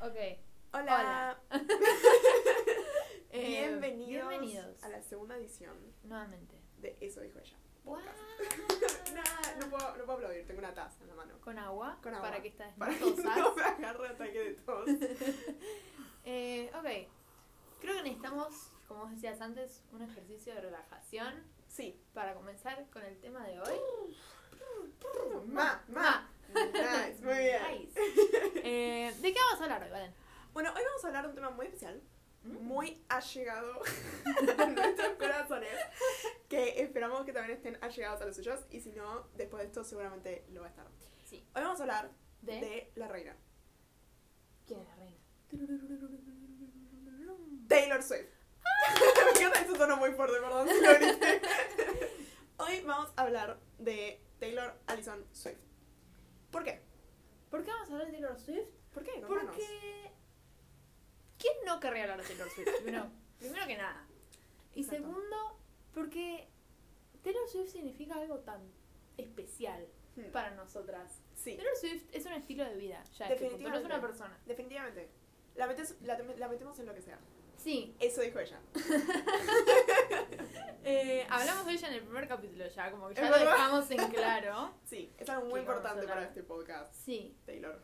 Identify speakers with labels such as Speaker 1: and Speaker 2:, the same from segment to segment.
Speaker 1: Ok.
Speaker 2: Hola.
Speaker 1: Eh,
Speaker 2: bienvenidos,
Speaker 1: bienvenidos.
Speaker 2: a la segunda edición
Speaker 1: Nuevamente.
Speaker 2: de Eso dijo ella.
Speaker 1: Guau.
Speaker 2: Nah, no, puedo, no puedo aplaudir, tengo una taza en la mano.
Speaker 1: Con agua.
Speaker 2: Con agua.
Speaker 1: Para que estas
Speaker 2: Para
Speaker 1: no
Speaker 2: que
Speaker 1: tosas.
Speaker 2: no me agarre ataque de tos.
Speaker 1: Eh, ok. Creo que necesitamos, como vos decías antes, un ejercicio de relajación
Speaker 2: Sí.
Speaker 1: para comenzar con el tema de hoy. Ah.
Speaker 2: Ma, ma. Nice, muy bien.
Speaker 1: Nice. Eh, ¿De qué vamos a hablar hoy, Valen?
Speaker 2: Bueno, hoy vamos a hablar de un tema muy especial,
Speaker 1: Mm.
Speaker 2: muy allegado a nuestros corazones, que esperamos que también estén allegados a los suyos, y si no, después de esto seguramente lo va a estar.
Speaker 1: Sí.
Speaker 2: Hoy vamos a hablar
Speaker 1: ¿De?
Speaker 2: de la reina,
Speaker 1: ¿Quién es la reina?
Speaker 2: Taylor Swift. Me encanta, eso sonó muy fuerte, perdón si lo grité. Hoy vamos a hablar de Taylor Allison Swift. ¿Por qué?
Speaker 1: ¿Por qué vamos a hablar de Taylor Swift?
Speaker 2: ¿Por qué? Contanos.
Speaker 1: Porque. ¿Quién no querría hablar de Taylor Swift? Primero, primero que nada. Y
Speaker 2: Exacto.
Speaker 1: segundo, porque Taylor Swift significa algo tan especial
Speaker 2: Hmm.
Speaker 1: para nosotras.
Speaker 2: Sí,
Speaker 1: Taylor Swift es un estilo de vida, ya que punto, no es una
Speaker 2: Definitivamente.
Speaker 1: persona.
Speaker 2: definitivamente. La, metes- la, la metemos en lo que sea.
Speaker 1: Sí,
Speaker 2: Eso dijo ella.
Speaker 1: eh, hablamos de ella en el primer capítulo ya, como que
Speaker 2: Es
Speaker 1: ya lo
Speaker 2: verdad.
Speaker 1: dejamos en claro.
Speaker 2: Sí, es algo muy
Speaker 1: Que vamos a
Speaker 2: importante para
Speaker 1: hablar.
Speaker 2: este podcast,
Speaker 1: Sí,
Speaker 2: Taylor.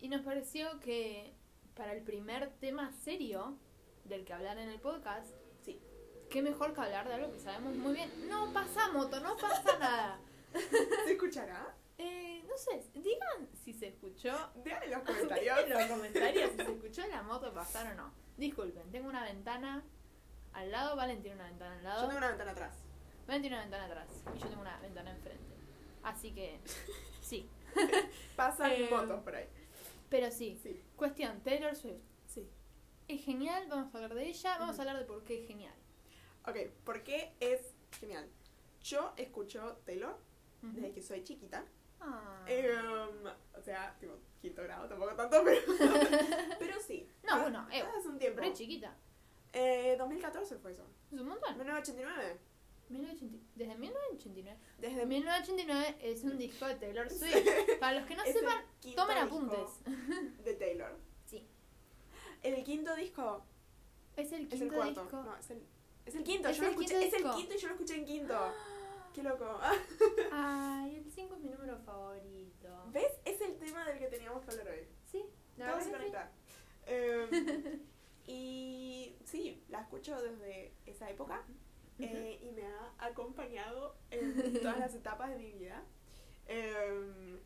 Speaker 1: y nos pareció que para el primer tema serio del que hablar en el podcast,
Speaker 2: Sí.
Speaker 1: qué mejor que hablar de algo que sabemos muy bien. No pasa moto, no pasa nada.
Speaker 2: ¿Se escuchará?
Speaker 1: Eh, no sé, digan si se escuchó.
Speaker 2: Déjale en los comentarios.
Speaker 1: en los comentarios si se escuchó la moto pasar o no. Disculpen, tengo una ventana al lado, Valen tiene una ventana al
Speaker 2: Yo
Speaker 1: lado,
Speaker 2: tengo una ventana atrás.
Speaker 1: Valen tiene una ventana atrás y yo tengo una ventana enfrente. Así que, sí,
Speaker 2: Pasan
Speaker 1: Eh,
Speaker 2: motos por ahí.
Speaker 1: pero sí.
Speaker 2: Sí,
Speaker 1: Cuestión, Taylor Swift.
Speaker 2: sí.
Speaker 1: Es genial, vamos a hablar de ella, vamos
Speaker 2: Ujú.
Speaker 1: a hablar de por qué es genial.
Speaker 2: Ok, ¿por qué es genial? Yo escucho Taylor
Speaker 1: Ujú.
Speaker 2: desde que soy chiquita.
Speaker 1: Ah.
Speaker 2: Eh, um, o sea, tipo, quinto grado, tampoco tanto, pero, pero sí.
Speaker 1: No,
Speaker 2: Ah,
Speaker 1: bueno, eh,
Speaker 2: hace un tiempo.
Speaker 1: Re Ah. chiquita.
Speaker 2: Eh, 2014 fue eso.
Speaker 1: Es un montón.
Speaker 2: 1989.
Speaker 1: 1980 desde 1989.
Speaker 2: Desde
Speaker 1: Desde 1989 es un disco de Taylor Swift.
Speaker 2: Sí.
Speaker 1: Para los que no
Speaker 2: Es el
Speaker 1: sepan,
Speaker 2: quinto
Speaker 1: tomen
Speaker 2: disco
Speaker 1: apuntes.
Speaker 2: De Taylor.
Speaker 1: Sí.
Speaker 2: El quinto disco
Speaker 1: Es el quinto
Speaker 2: Es el cuarto.
Speaker 1: disco.
Speaker 2: No, es el, es el quinto.
Speaker 1: Es
Speaker 2: yo lo
Speaker 1: el
Speaker 2: escuché,
Speaker 1: quinto
Speaker 2: es el
Speaker 1: disco.
Speaker 2: quinto y yo lo escuché en quinto. Qué loco. Ah,
Speaker 1: Ay, el 5 es mi número favorito.
Speaker 2: ¿Ves? Es el tema del que teníamos que hablar hoy.
Speaker 1: Sí, la
Speaker 2: Todo
Speaker 1: verdad
Speaker 2: se
Speaker 1: que sí.
Speaker 2: conecta. Em, y sí, la escucho desde esa época eh, y me ha acompañado en todas las etapas de mi vida. Em,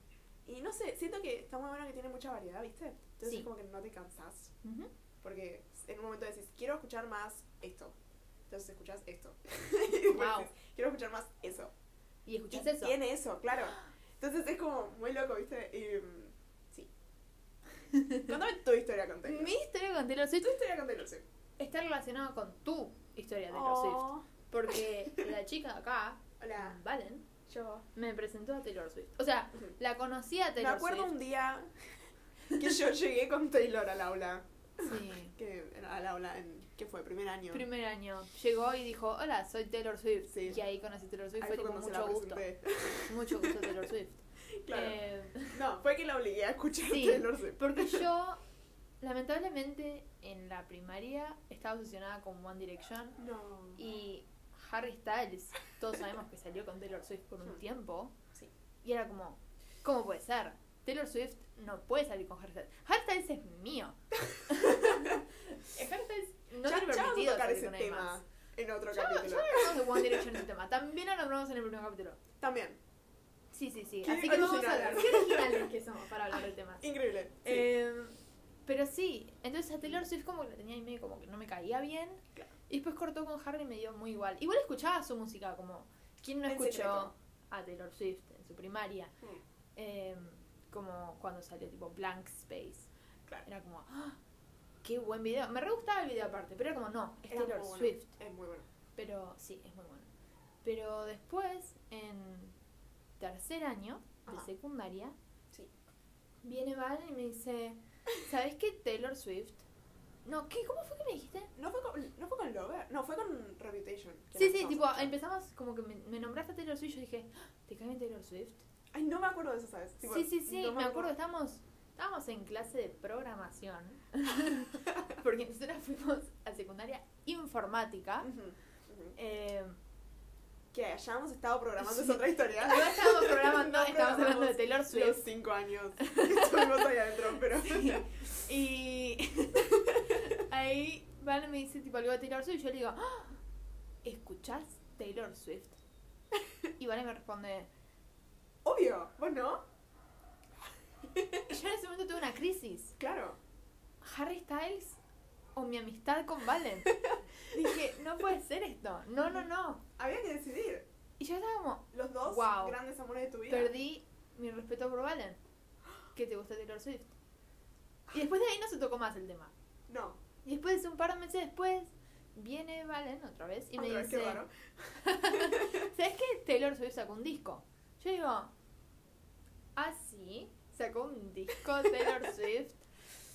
Speaker 2: y no sé, siento que está muy bueno que tiene mucha variedad, ¿viste? Entonces
Speaker 1: Sí.
Speaker 2: es como que no te cansás.
Speaker 1: Ujú.
Speaker 2: Porque en un momento decís, quiero escuchar más esto. Entonces escuchas esto. Y después
Speaker 1: Wow.
Speaker 2: decís, quiero escuchar más eso.
Speaker 1: ¿Y
Speaker 2: Y
Speaker 1: escuchás eso?
Speaker 2: tiene eso, claro. Entonces es como muy loco, ¿viste? Y, mm, sí. Cuéntame tu historia con Taylor.
Speaker 1: Mi historia con Taylor Swift
Speaker 2: Tu historia con Taylor Swift.
Speaker 1: está relacionada con tu historia de Taylor Swift.
Speaker 2: Oh,
Speaker 1: Porque la chica de acá,
Speaker 2: Hola,
Speaker 1: Valen,
Speaker 2: yo.
Speaker 1: me presentó a Taylor Swift. O sea,
Speaker 2: Ujú.
Speaker 1: la conocí a
Speaker 2: Me
Speaker 1: Taylor
Speaker 2: acuerdo un día que yo llegué con Taylor al aula.
Speaker 1: Swift. Sí.
Speaker 2: Que era al aula en, ¿qué fue? Primer año.
Speaker 1: Primer año. Llegó y dijo, hola, soy Taylor Swift.
Speaker 2: Sí.
Speaker 1: Y ahí conocí a Taylor Swift.
Speaker 2: Ahí
Speaker 1: fue
Speaker 2: fue
Speaker 1: tipo,
Speaker 2: cuando se
Speaker 1: mucho
Speaker 2: la
Speaker 1: gusto.
Speaker 2: presenté.
Speaker 1: Mucho gusto Taylor Swift.
Speaker 2: Claro.
Speaker 1: Eh,
Speaker 2: No, fue que la obligué a escuchar
Speaker 1: Sí.
Speaker 2: Taylor Swift.
Speaker 1: porque yo, lamentablemente, en la primaria estaba obsesionada con One Direction.
Speaker 2: No.
Speaker 1: Y Harry Styles, todos sabemos que salió con Taylor Swift por un
Speaker 2: Hmm.
Speaker 1: tiempo.
Speaker 2: Sí.
Speaker 1: Y era como, ¿cómo puede ser? Taylor Swift no puede salir con Harry Styles. Harry Styles es mío. Harry Styles no
Speaker 2: ya,
Speaker 1: tiene
Speaker 2: ya vamos
Speaker 1: permitido
Speaker 2: a tocar
Speaker 1: salir
Speaker 2: ese
Speaker 1: con nadie
Speaker 2: tema
Speaker 1: más.
Speaker 2: en otro
Speaker 1: Ya, ya
Speaker 2: capítulo.
Speaker 1: hablamos de One Direction en el tema. También lo nombramos en el primer capítulo.
Speaker 2: También.
Speaker 1: Sí, sí, sí.
Speaker 2: Qué
Speaker 1: Así que vamos a
Speaker 2: originales.
Speaker 1: hablar. Qué originales que somos para hablar de temas.
Speaker 2: Increíble. Sí.
Speaker 1: Eh, pero sí, entonces a Taylor Swift como que la tenía ahí medio como que no me caía bien.
Speaker 2: Claro.
Speaker 1: Y después cortó con Harry y me dio muy igual. Igual escuchaba su música, como. ¿Quién no
Speaker 2: En
Speaker 1: escuchó
Speaker 2: secreto.
Speaker 1: a Taylor Swift en su primaria?
Speaker 2: Mm.
Speaker 1: Eh, como cuando salió tipo Blank Space.
Speaker 2: Claro.
Speaker 1: Era como. ¡ah! ¡Qué buen video! Me re gustaba el video aparte, pero era como no, es
Speaker 2: Era
Speaker 1: Taylor
Speaker 2: muy bueno.
Speaker 1: Swift.
Speaker 2: Es muy bueno.
Speaker 1: Pero sí, es muy bueno. Pero después, en tercer año de
Speaker 2: Ajá.
Speaker 1: secundaria,
Speaker 2: Sí.
Speaker 1: viene Val y me dice, ¿sabes qué Taylor Swift? No, ¿qué? ¿Cómo fue que me dijiste?
Speaker 2: ¿No fue con, no fue con Lover? No, fue con Reputation.
Speaker 1: Sí,
Speaker 2: que la
Speaker 1: sí,
Speaker 2: escuchamos
Speaker 1: tipo,
Speaker 2: mucho.
Speaker 1: empezamos como que me, me nombraste a Taylor Swift y yo dije, "Ah, ¿te cae bien Taylor Swift?
Speaker 2: Ay, no me acuerdo de eso, ¿sabes? Tipo,
Speaker 1: sí, sí, sí,
Speaker 2: no
Speaker 1: me acuerdo, estábamos Estábamos en clase de programación, porque nosotros fuimos a secundaria informática.
Speaker 2: Ujú, ujú.
Speaker 1: Eh,
Speaker 2: Que hayamos estado programando
Speaker 1: Sí.
Speaker 2: es otra historia.
Speaker 1: no estábamos programando,
Speaker 2: No
Speaker 1: estábamos hablando de
Speaker 2: programamos
Speaker 1: Taylor
Speaker 2: Los
Speaker 1: Swift.
Speaker 2: cinco años que estuvimos ahí adentro, pero.
Speaker 1: Sí. Y ahí Van me dice tipo algo de Taylor Swift y yo le digo, "Ah, ¿escuchás Taylor Swift? Y Van me responde,
Speaker 2: Obvio, vos no,
Speaker 1: y yo en ese momento tuve una crisis.
Speaker 2: claro.
Speaker 1: Harry Styles o mi amistad con Valen. Dije, no puede ser esto. No, no, no.
Speaker 2: Había que decidir.
Speaker 1: Y yo estaba como,
Speaker 2: Los dos
Speaker 1: Wow.
Speaker 2: grandes amores de tu vida.
Speaker 1: perdí mi respeto por Valen. Que te gusta Taylor Swift. Y después de ahí no se tocó más el tema.
Speaker 2: No.
Speaker 1: Y después, un par de meses después, viene Valen otra vez y me
Speaker 2: Otra vez, qué
Speaker 1: dice,
Speaker 2: raro.
Speaker 1: ¿sabes qué? Taylor Swift sacó un disco. Yo digo, ¿ah, sí? Sacó un disco Taylor Swift.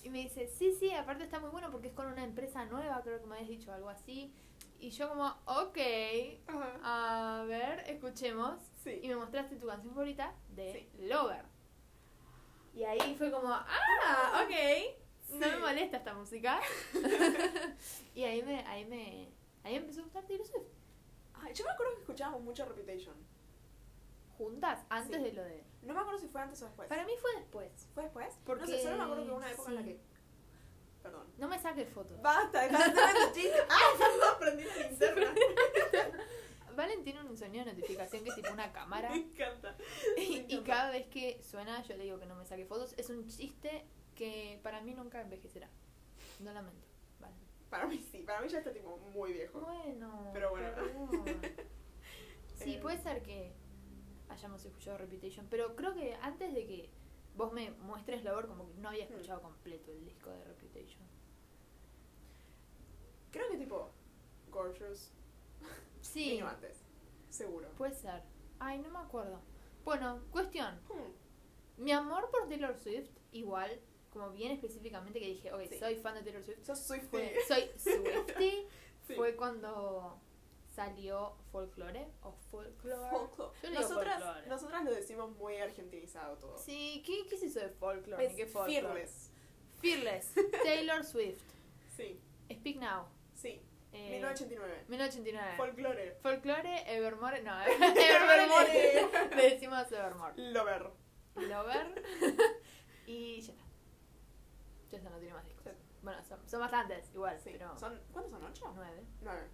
Speaker 1: Y me dice, sí, sí, aparte está muy bueno porque es con una empresa nueva, creo que me habías dicho algo así. Y yo como, ok,
Speaker 2: Ajá.
Speaker 1: a ver, escuchemos.
Speaker 2: Sí.
Speaker 1: Ah. Y me mostraste tu canción favorita de
Speaker 2: Sí.
Speaker 1: Lover. Y ahí fue como, ah, ok, no
Speaker 2: Sí.
Speaker 1: me molesta esta música. y ahí me, ahí me, ahí me empezó a gustar Taylor Swift.
Speaker 2: Ay, yo me acuerdo que escuchábamos mucho Reputation.
Speaker 1: Juntas, antes
Speaker 2: Sí.
Speaker 1: de
Speaker 2: Pues.
Speaker 1: lo de...
Speaker 2: No me acuerdo si fue antes o después.
Speaker 1: Para mí fue después.
Speaker 2: ¿Fue después?
Speaker 1: Porque-
Speaker 2: No sé, solo me acuerdo que hubo una época en la
Speaker 1: sí.
Speaker 2: que. Perdón.
Speaker 1: No me saques fotos.
Speaker 2: Basta, dejaste de hacer ese chiste. Ah, perdón, prendí la linterna.
Speaker 1: Valen tiene un sonido de notificación que es tipo una cámara.
Speaker 2: Me encanta.
Speaker 1: y, y
Speaker 2: encanta.
Speaker 1: cada vez que suena yo le digo que no me saque fotos. Es un chiste que para mí nunca envejecerá. No lamento. Vale.
Speaker 2: Para mí sí, para mí ya está tipo muy viejo.
Speaker 1: Bueno.
Speaker 2: Pero bueno.
Speaker 1: perdón. sí,
Speaker 2: Eh.
Speaker 1: puede ser que hayamos escuchado Reputation, pero creo que antes de que vos me muestres labor como que no
Speaker 2: Hmm.
Speaker 1: había escuchado completo el disco de Reputation.
Speaker 2: Creo que tipo. Gorgeous.
Speaker 1: Sí,
Speaker 2: Vino antes. Seguro.
Speaker 1: puede ser. Ay, no me acuerdo. Bueno, cuestión.
Speaker 2: Hmm.
Speaker 1: Mi amor por Taylor Swift, igual, como bien específicamente que dije, ok,
Speaker 2: Sí.
Speaker 1: soy fan de Taylor Swift.
Speaker 2: Sos Swiftie.
Speaker 1: Fue- soy Swifty.
Speaker 2: Sí.
Speaker 1: Fue cuando salió Folklore o Folklore.
Speaker 2: Folklore.
Speaker 1: Yo le digo
Speaker 2: Nosotras,
Speaker 1: folklore.
Speaker 2: nosotras lo decimos muy argentinizado todo.
Speaker 1: Sí, ¿qué, qué es eso de folklore?
Speaker 2: Es
Speaker 1: ¿Qué folklore?
Speaker 2: Fearless.
Speaker 1: Fearless. Taylor Swift.
Speaker 2: Sí,
Speaker 1: Speak Now.
Speaker 2: sí.
Speaker 1: Eh,
Speaker 2: 1989.
Speaker 1: 1989.
Speaker 2: Folklore.
Speaker 1: folklore, Evermore. No, Evermore. le- le decimos Evermore.
Speaker 2: Lover.
Speaker 1: Lover. y ya está. Ya está, no tiene más discos.
Speaker 2: Sí.
Speaker 1: Bueno, son, son bastantes, igual,
Speaker 2: Sí.
Speaker 1: pero.
Speaker 2: Son, ¿Cuántos son? ¿Ocho?
Speaker 1: nueve.
Speaker 2: Nueve.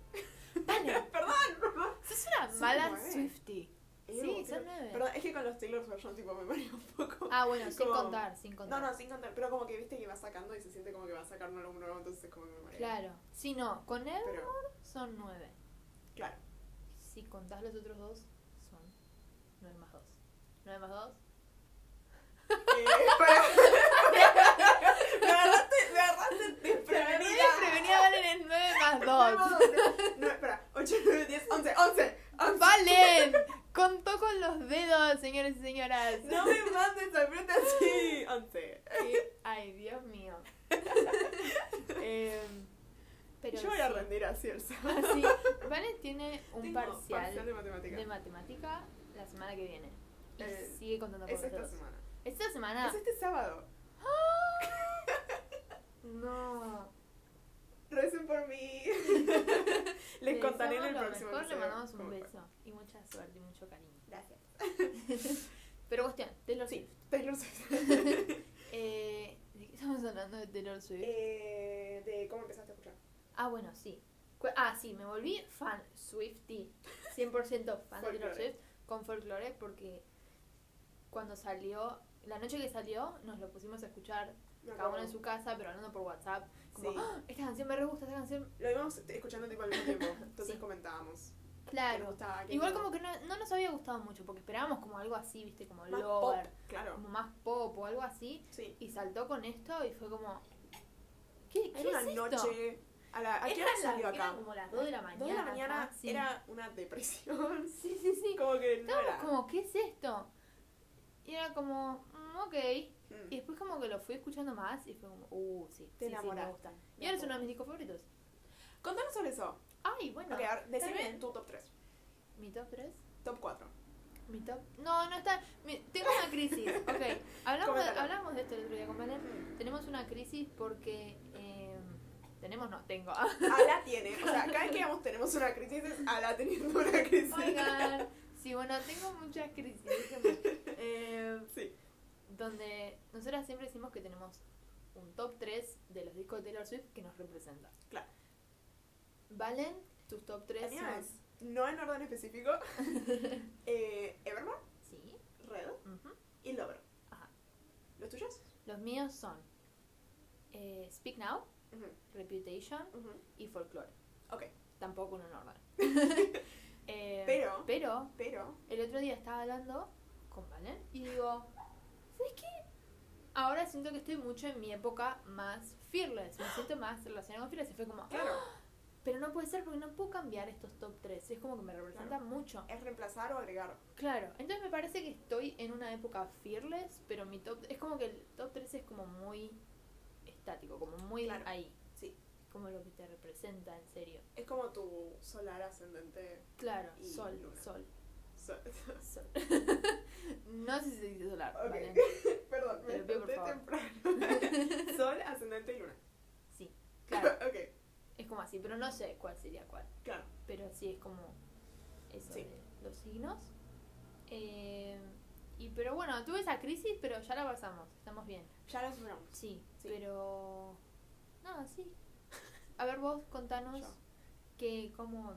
Speaker 1: Vale,
Speaker 2: Perdón.
Speaker 1: sos una
Speaker 2: Son
Speaker 1: mala
Speaker 2: nueve.
Speaker 1: Swifty. Sí, son
Speaker 2: Taylor-
Speaker 1: nueve.
Speaker 2: Perdón, es que con los Taylor Swift yo tipo me mareo un poco.
Speaker 1: Ah, bueno, sin
Speaker 2: Como-
Speaker 1: contar, sin
Speaker 2: No,
Speaker 1: contar.
Speaker 2: no, sin contar. Pero como que viste que va sacando y se siente como que va a sacar un álbum nuevo, entonces es como que me mareo.
Speaker 1: Claro. Si no, con él
Speaker 2: Pero,
Speaker 1: son nueve.
Speaker 2: claro.
Speaker 1: Si contás los otros dos, son 9 más 2. 9 más 2.
Speaker 2: Eh, para- me agarraste, me agarraste desprevenida.
Speaker 1: prevenida Valen es 9 más 2.
Speaker 2: No, espera. 8, 9, 10, 11, 11.
Speaker 1: ¡Valen! Contó con los dedos, señores y señoras.
Speaker 2: No me mandes al frente así. 11.
Speaker 1: Qué- Ay, Dios mío. Eh, pero
Speaker 2: Yo voy a
Speaker 1: sí.
Speaker 2: rendir así el sábado.
Speaker 1: Así, Valen tiene un
Speaker 2: Tengo
Speaker 1: parcial,
Speaker 2: de matemática.
Speaker 1: de matemática la semana que viene. Y
Speaker 2: Eh,
Speaker 1: sigue contando con
Speaker 2: es
Speaker 1: los
Speaker 2: esta
Speaker 1: dedos.
Speaker 2: semana.
Speaker 1: Esta semana.
Speaker 2: Es este sábado.
Speaker 1: No.
Speaker 2: Recen por mí. Les
Speaker 1: Te
Speaker 2: contaré en el
Speaker 1: deseamos lo
Speaker 2: próximo
Speaker 1: Mejor le
Speaker 2: episodio
Speaker 1: mandamos un
Speaker 2: cómo fue.
Speaker 1: beso. Y mucha suerte y mucho cariño.
Speaker 2: Gracias.
Speaker 1: Pero cuestión, Taylor
Speaker 2: Sí.
Speaker 1: Swift.
Speaker 2: Taylor Swift.
Speaker 1: Eh, ¿De qué estamos hablando de Taylor Swift?
Speaker 2: eh, de cómo empezaste a escuchar.
Speaker 1: ah, bueno, sí. Cu- Ah, sí, me volví fan Swifty. 100% fan de Taylor
Speaker 2: Folklore.
Speaker 1: Swift con folklore porque cuando salió, la noche que salió, nos lo pusimos a escuchar
Speaker 2: Me
Speaker 1: cada
Speaker 2: acuerdo.
Speaker 1: uno en su casa, pero hablando por WhatsApp. Como,
Speaker 2: Sí.
Speaker 1: "Ah, esta canción me re gusta, esta canción.
Speaker 2: Lo íbamos escuchando tipo al mismo tiempo. Entonces
Speaker 1: Sí.
Speaker 2: comentábamos. que nos
Speaker 1: Claro.
Speaker 2: gustaba, que
Speaker 1: Igual
Speaker 2: no.
Speaker 1: como que no, no nos había gustado mucho porque esperábamos como algo así, viste, como
Speaker 2: Más
Speaker 1: Lover.
Speaker 2: pop, claro.
Speaker 1: como más pop o algo así
Speaker 2: Sí.
Speaker 1: y saltó con esto y fue como ¿qué, qué
Speaker 2: Era una
Speaker 1: es esto?
Speaker 2: noche. A, la, ¿a qué
Speaker 1: Eran
Speaker 2: hora
Speaker 1: las-
Speaker 2: salió acá?
Speaker 1: eran como las 2 de la mañana
Speaker 2: Dos de la mañana
Speaker 1: acá, sí.
Speaker 2: era una depresión.
Speaker 1: sí, sí, sí
Speaker 2: Como que no
Speaker 1: estábamos
Speaker 2: era.
Speaker 1: como ¿qué es esto? y era como mm, ok y
Speaker 2: Mm.
Speaker 1: después como que lo fui escuchando más y fue como uh sí, sí,
Speaker 2: Te
Speaker 1: sí, me
Speaker 2: enamoraste.
Speaker 1: gusta. y ahora es uno de mis discos favoritos
Speaker 2: Contanos sobre eso.
Speaker 1: ay bueno
Speaker 2: ok, ahora decime
Speaker 1: bien.
Speaker 2: tu top 3.
Speaker 1: mi top 3
Speaker 2: Top 4.
Speaker 1: Mi top. No, no está. mi- tengo una crisis. Ok, hablamos de,
Speaker 2: Coméntalo.
Speaker 1: hablamos de esto el otro día con Valen. Tenemos una crisis porque. eh, tenemos, no, tengo.
Speaker 2: Ala tiene. O sea, cada vez que vamos tenemos una crisis, es Ala teniendo una crisis.
Speaker 1: Oigan. Sí, bueno, tengo muchas crisis. déjenme. Eh,
Speaker 2: Sí.
Speaker 1: donde nosotras siempre decimos que tenemos un top 3 de los discos de Taylor Swift que nos representa.
Speaker 2: Claro.
Speaker 1: Valen, tus top 3
Speaker 2: La mía
Speaker 1: son...
Speaker 2: es, no en orden específico, eh, Evermore,
Speaker 1: Sí.
Speaker 2: Red
Speaker 1: ujú.
Speaker 2: y Lover.
Speaker 1: Ajá.
Speaker 2: ¿Los tuyos?
Speaker 1: Los míos son eh, Speak Now,
Speaker 2: Ujú,
Speaker 1: Reputation
Speaker 2: ujú.
Speaker 1: y Folklore.
Speaker 2: Ok.
Speaker 1: Tampoco en un orden. Eh,
Speaker 2: Pero-
Speaker 1: Pero
Speaker 2: Pero,
Speaker 1: el otro día estaba hablando con Valen y digo, ¿sabes qué? Ahora siento que estoy mucho en mi época más fearless. Me siento más relacionada con fearless. Y fue como,
Speaker 2: claro,
Speaker 1: Pero no puede ser porque no puedo cambiar estos top 3. Es como que me representa
Speaker 2: Claro.
Speaker 1: mucho.
Speaker 2: es reemplazar o agregar.
Speaker 1: Claro, entonces me parece que estoy en una época fearless, pero mi top. Es como que el top 3 es como muy estático, como muy
Speaker 2: Claro.
Speaker 1: ahí.
Speaker 2: Sí.
Speaker 1: Como lo que te representa, en serio.
Speaker 2: Es como tu solar ascendente.
Speaker 1: Claro,
Speaker 2: Y
Speaker 1: sol,
Speaker 2: luna.
Speaker 1: sol,
Speaker 2: so-
Speaker 1: sol. no sé si se dice solar,
Speaker 2: Ok.
Speaker 1: ¿vale?
Speaker 2: Perdón, me
Speaker 1: Te lo pido, por
Speaker 2: desperté temprano. Sol, ascendente y luna.
Speaker 1: Sí, claro.
Speaker 2: ok,
Speaker 1: Es como así, pero no sé cuál sería cuál.
Speaker 2: claro.
Speaker 1: Pero sí es como eso
Speaker 2: Sí.
Speaker 1: de los signos. Eh, y pero bueno, tuve esa crisis, pero ya la pasamos, estamos bien.
Speaker 2: Ya los Brown.
Speaker 1: Sí,
Speaker 2: Sí.
Speaker 1: pero nada, sí. A ver vos contanos
Speaker 2: Yo.
Speaker 1: que como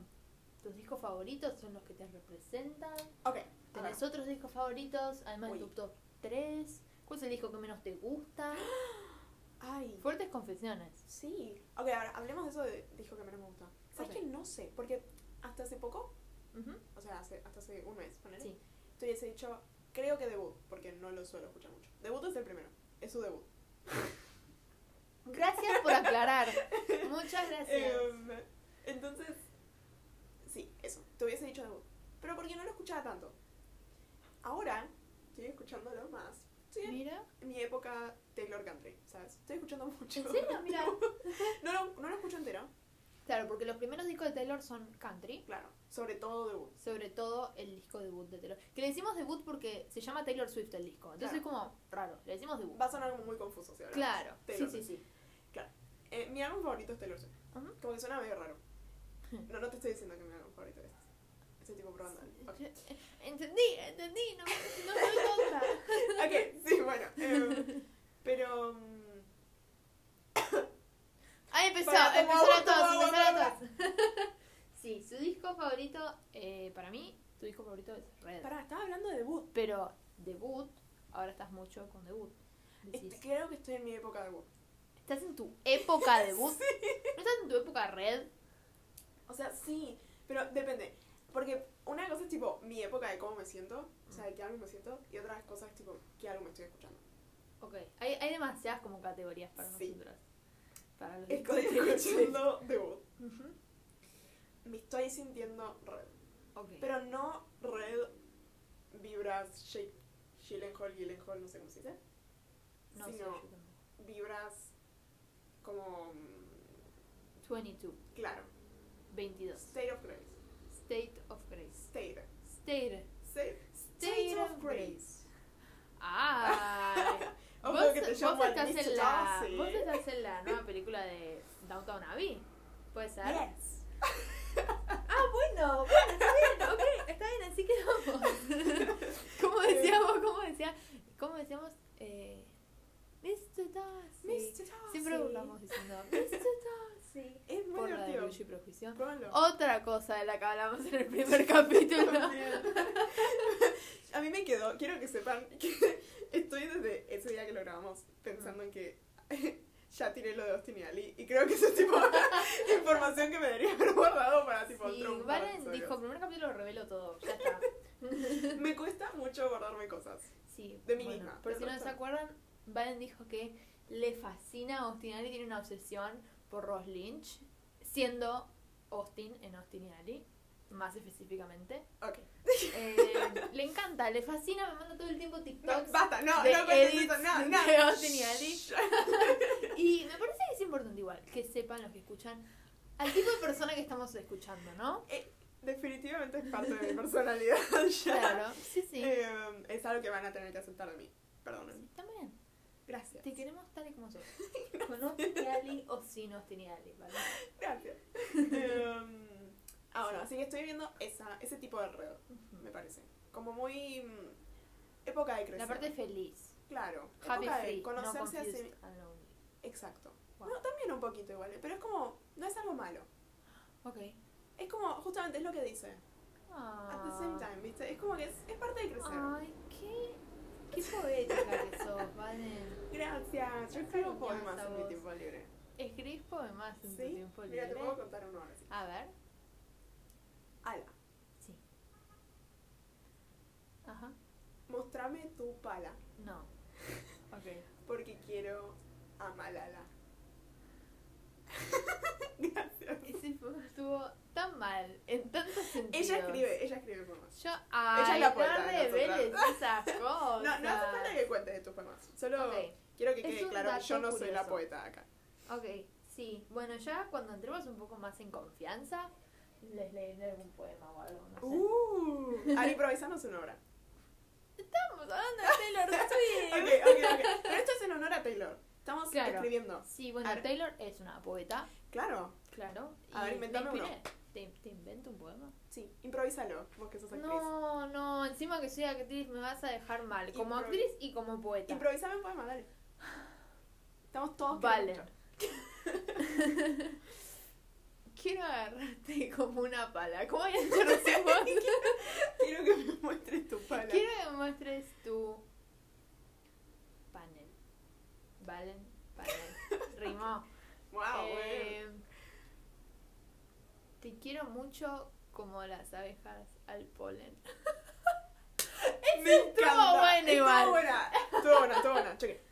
Speaker 1: tus discos favoritos son los que te representan.
Speaker 2: Ok, a ver.
Speaker 1: ¿Tenés otros discos favoritos? Además de
Speaker 2: Uy.
Speaker 1: tu top 3. ¿Cuál es el disco que menos te gusta?
Speaker 2: Ay,
Speaker 1: Fuertes confesiones.
Speaker 2: sí. Ok, ahora hablemos de eso de disco que menos me gusta. ¿Sabes
Speaker 1: Ok.
Speaker 2: que no sé? Porque hasta hace poco,
Speaker 1: Ujú.
Speaker 2: o sea, hace, hasta hace un mes, ponele,
Speaker 1: Sí.
Speaker 2: te hubiese dicho, creo que debut, porque no lo suelo escuchar mucho. Debut es el primero, es su debut.
Speaker 1: Gracias por aclarar. Muchas gracias.
Speaker 2: Em, entonces, sí, eso, te hubiese dicho debut. Pero porque no lo escuchaba tanto. Ahora, estoy escuchándolo más. Estoy en
Speaker 1: Mira.
Speaker 2: mi época Taylor Country, ¿sabes? Estoy escuchando mucho.
Speaker 1: ¿En serio? Mira.
Speaker 2: No, lo- no lo escucho entero,
Speaker 1: Claro, porque los primeros discos de Taylor son country,
Speaker 2: claro. Sobre todo debut.
Speaker 1: sobre todo el disco debut de Taylor. Que le decimos debut porque se llama Taylor Swift el disco. Entonces es como raro, le decimos debut.
Speaker 2: Va a sonar como muy confuso, si hablamos.
Speaker 1: claro,
Speaker 2: Taylor
Speaker 1: sí, sí,
Speaker 2: Swift.
Speaker 1: sí.
Speaker 2: Eh, mi álbum favorito es Taylor Swift.
Speaker 1: Ujú.
Speaker 2: Como que suena medio raro. No, no te estoy diciendo que mi álbum favorito es. Estoy tipo probando. Ok,
Speaker 1: Entendí, entendí, no, no soy tonta.
Speaker 2: Ok, sí, bueno. em, pero. mm,
Speaker 1: Ahí empezó,
Speaker 2: Para, toma
Speaker 1: empezó la
Speaker 2: agua, toma
Speaker 1: tos,
Speaker 2: agua,
Speaker 1: empezó la
Speaker 2: toma
Speaker 1: tos. Sí, su disco favorito, eh, para mí, tu disco favorito es Red.
Speaker 2: Pará, estaba hablando de debut.
Speaker 1: Pero debut, ahora estás mucho con debut. Decís,
Speaker 2: Este, creo que estoy en mi época de debut.
Speaker 1: ¿Estás en tu época debut? ¿No estás en tu época red?
Speaker 2: O sea, sí, pero depende. Porque una cosa es tipo mi época de cómo me siento, o sea, de qué álbum me siento, y otra cosa es tipo qué álbum estoy escuchando.
Speaker 1: Ok, hay, hay demasiadas como categorías para
Speaker 2: Sí.
Speaker 1: nosotras. Para los
Speaker 2: Estoy
Speaker 1: discos.
Speaker 2: escuchando debut.
Speaker 1: Ujú.
Speaker 2: Me estoy sintiendo red.
Speaker 1: Ok.
Speaker 2: Pero no red vibras Shake, Gyllenhaal, Gyllenhaal, no sé cómo se dice.
Speaker 1: no sé,
Speaker 2: sino
Speaker 1: yo tampoco.
Speaker 2: vibras como. mm,
Speaker 1: 22,
Speaker 2: Claro,
Speaker 1: 22.
Speaker 2: state of grace.
Speaker 1: State of Grace.
Speaker 2: State.
Speaker 1: State.
Speaker 2: State,
Speaker 1: State of Grace. Ay.
Speaker 2: Ojo
Speaker 1: vos,
Speaker 2: que te
Speaker 1: vos
Speaker 2: llamo al
Speaker 1: estás
Speaker 2: Mr.
Speaker 1: en la,
Speaker 2: Darcy.
Speaker 1: vos estás en la nueva película de Downtown Abbey. ¿Puede ser?
Speaker 2: Yes.
Speaker 1: Ah, bueno, bueno, está bien, ok, está bien, así quedamos. ¿Cómo decíamos? ¿Cómo decía? ¿Cómo decíamos? Eh, Mr. Darcy.
Speaker 2: Mr.
Speaker 1: Siempre
Speaker 2: Darcy.
Speaker 1: burlamos diciendo Mr. Darcy.
Speaker 2: Es muy
Speaker 1: Por la de Oh,
Speaker 2: divertido.
Speaker 1: Orgullo y Prejuicio.
Speaker 2: Pruébenlo.
Speaker 1: Otra cosa de la que hablamos en el primer capítulo.
Speaker 2: A mí me quedó, quiero que sepan que estoy desde ese día que lo grabamos pensando
Speaker 1: Ah.
Speaker 2: en que ya tiré lo de Austin y Ali y creo que eso es tipo información que me debería haber guardado para tipo
Speaker 1: Sí,
Speaker 2: otro
Speaker 1: Valen
Speaker 2: episodio.
Speaker 1: dijo, primer capítulo revelo todo, ya está.
Speaker 2: Me cuesta mucho guardarme cosas.
Speaker 1: Sí,
Speaker 2: De mí
Speaker 1: bueno,
Speaker 2: misma,
Speaker 1: Por
Speaker 2: del
Speaker 1: si no
Speaker 2: resto.
Speaker 1: se acuerdan, Valen dijo que le fascina a Austin Alley, tiene una obsesión por Ross Lynch, siendo Austin en Austin y Alley, más específicamente.
Speaker 2: Ok.
Speaker 1: Eh, le encanta, le fascina, me manda todo el tiempo
Speaker 2: No,
Speaker 1: TikToks.
Speaker 2: basta, no,
Speaker 1: de
Speaker 2: no cuentes
Speaker 1: edits
Speaker 2: eso, no, no.
Speaker 1: de Austin y Ali.
Speaker 2: Shh.
Speaker 1: Y me parece que es importante igual que sepan los que escuchan al tipo de persona que estamos escuchando, ¿no?
Speaker 2: definitivamente es parte de mi personalidad ya.
Speaker 1: Claro, sí, sí.
Speaker 2: Em, es algo que van a tener que aceptar de mí. Perdonen.
Speaker 1: También.
Speaker 2: Gracias.
Speaker 1: Te queremos tal y como sos. Con Ostiniali o sin Ostiniali, ¿vale?
Speaker 2: Gracias. Em, ahora, así que estoy viendo esa, ese tipo de enredo, me parece. Como muy mm, época de crecer.
Speaker 1: La parte feliz.
Speaker 2: claro,
Speaker 1: Happy
Speaker 2: época
Speaker 1: free,
Speaker 2: de conocerse
Speaker 1: no
Speaker 2: a sí
Speaker 1: confused and lonely.
Speaker 2: Exacto.
Speaker 1: Wow.
Speaker 2: No, también un poquito igual, eh, pero es como, no es algo malo.
Speaker 1: Ok.
Speaker 2: Es como, justamente es lo que dice. At the same
Speaker 1: Ah.
Speaker 2: time, ¿viste? Es como que es, es parte de crecer.
Speaker 1: Ay, qué, qué poética que sos, Valen.
Speaker 2: Gracias. Yo
Speaker 1: cariñosa
Speaker 2: escribo poemas en mi
Speaker 1: vos.
Speaker 2: tiempo libre.
Speaker 1: Escribís poemas en tu
Speaker 2: ¿Sí?
Speaker 1: tiempo
Speaker 2: Mira, te
Speaker 1: libre.
Speaker 2: puedo contar uno ahora sí.
Speaker 1: A ver.
Speaker 2: Ala,
Speaker 1: Sí. Ajá.
Speaker 2: mostrame tu pala,
Speaker 1: No. Ok.
Speaker 2: porque quiero a Malala. Gracias.
Speaker 1: Ese fue- estuvo tan mal en tantos sentidos.
Speaker 2: Ella escribe, ella escribe poemas.
Speaker 1: Yo, ay,
Speaker 2: es la
Speaker 1: no
Speaker 2: poeta de
Speaker 1: reveles esas
Speaker 2: No,
Speaker 1: cosas.
Speaker 2: no hace falta que cuentes de tus poemas. Solo
Speaker 1: Ok,
Speaker 2: quiero que
Speaker 1: Es
Speaker 2: quede
Speaker 1: un
Speaker 2: claro,
Speaker 1: dato
Speaker 2: yo no soy la
Speaker 1: curioso.
Speaker 2: poeta acá.
Speaker 1: ok, sí. Bueno, ya cuando entremos un poco más en confianza, les leeré algún poema o algo, no sé.
Speaker 2: Uh, Ari, improvisanos una obra.
Speaker 1: Estamos hablando de Taylor
Speaker 2: Ok,
Speaker 1: Swift.
Speaker 2: ok, ok. Pero esto es en honor a Taylor. Estamos
Speaker 1: Claro.
Speaker 2: escribiendo.
Speaker 1: Sí, bueno,
Speaker 2: A ver.
Speaker 1: Taylor es una poeta,
Speaker 2: Claro.
Speaker 1: claro.
Speaker 2: A ver, inventame
Speaker 1: me
Speaker 2: uno.
Speaker 1: inspiré. ¿Te, ¿Te invento un poema?
Speaker 2: Sí, improvísalo, vos que sos actriz.
Speaker 1: No, no, encima que soy actriz me vas a dejar mal. Como
Speaker 2: Impro-
Speaker 1: actriz y como poeta.
Speaker 2: Improvisame un poema, dale. Estamos todos
Speaker 1: Vale.
Speaker 2: queriendo escuchar.
Speaker 1: Quiero agarrarte como una pala. ¿Cómo voy a hacer vos?
Speaker 2: Quiero que me muestres tu pala.
Speaker 1: Quiero que me muestres tu panel. Valen, panel. Rimó.
Speaker 2: Wow,
Speaker 1: Eh, te quiero mucho como las abejas al polen.
Speaker 2: bueno. Me
Speaker 1: estuvo
Speaker 2: encanta.
Speaker 1: bueno igual.
Speaker 2: Estuvo buena. Estuvo buena, estuvo buena. Cheque.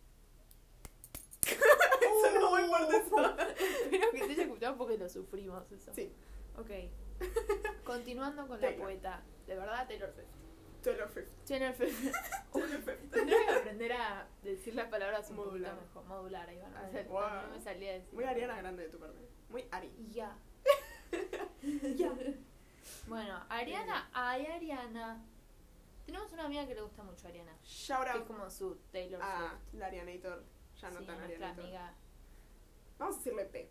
Speaker 2: Eso no voy por eso.
Speaker 1: Espero que te haya escuchado porque lo sufrimos eso.
Speaker 2: Sí.
Speaker 1: Ok. Continuando con la
Speaker 2: Taylor.
Speaker 1: poeta. De verdad, Taylor Swift.
Speaker 2: Taylor Swift.
Speaker 1: Taylor Swift.
Speaker 2: Taylor Swift.
Speaker 1: Tendría que aprender a decir las palabras un
Speaker 2: Modular.
Speaker 1: poquito mejor. Modular, ahí va. No, me
Speaker 2: Ay,
Speaker 1: sal-
Speaker 2: wow.
Speaker 1: no me salía decir.
Speaker 2: Muy Ariana Grande de tu parte. Muy Ari.
Speaker 1: Ya.
Speaker 2: Ya.
Speaker 1: Bueno, Ariana, ay Ariana. Tenemos una amiga que le gusta mucho a Ariana.
Speaker 2: Shout
Speaker 1: Que es
Speaker 2: out
Speaker 1: como su Taylor Swift.
Speaker 2: a la Arianator. Ah, Ya no
Speaker 1: Sí,
Speaker 2: tan
Speaker 1: a nuestra
Speaker 2: Arianator.
Speaker 1: amiga.
Speaker 2: Vamos a decirle P.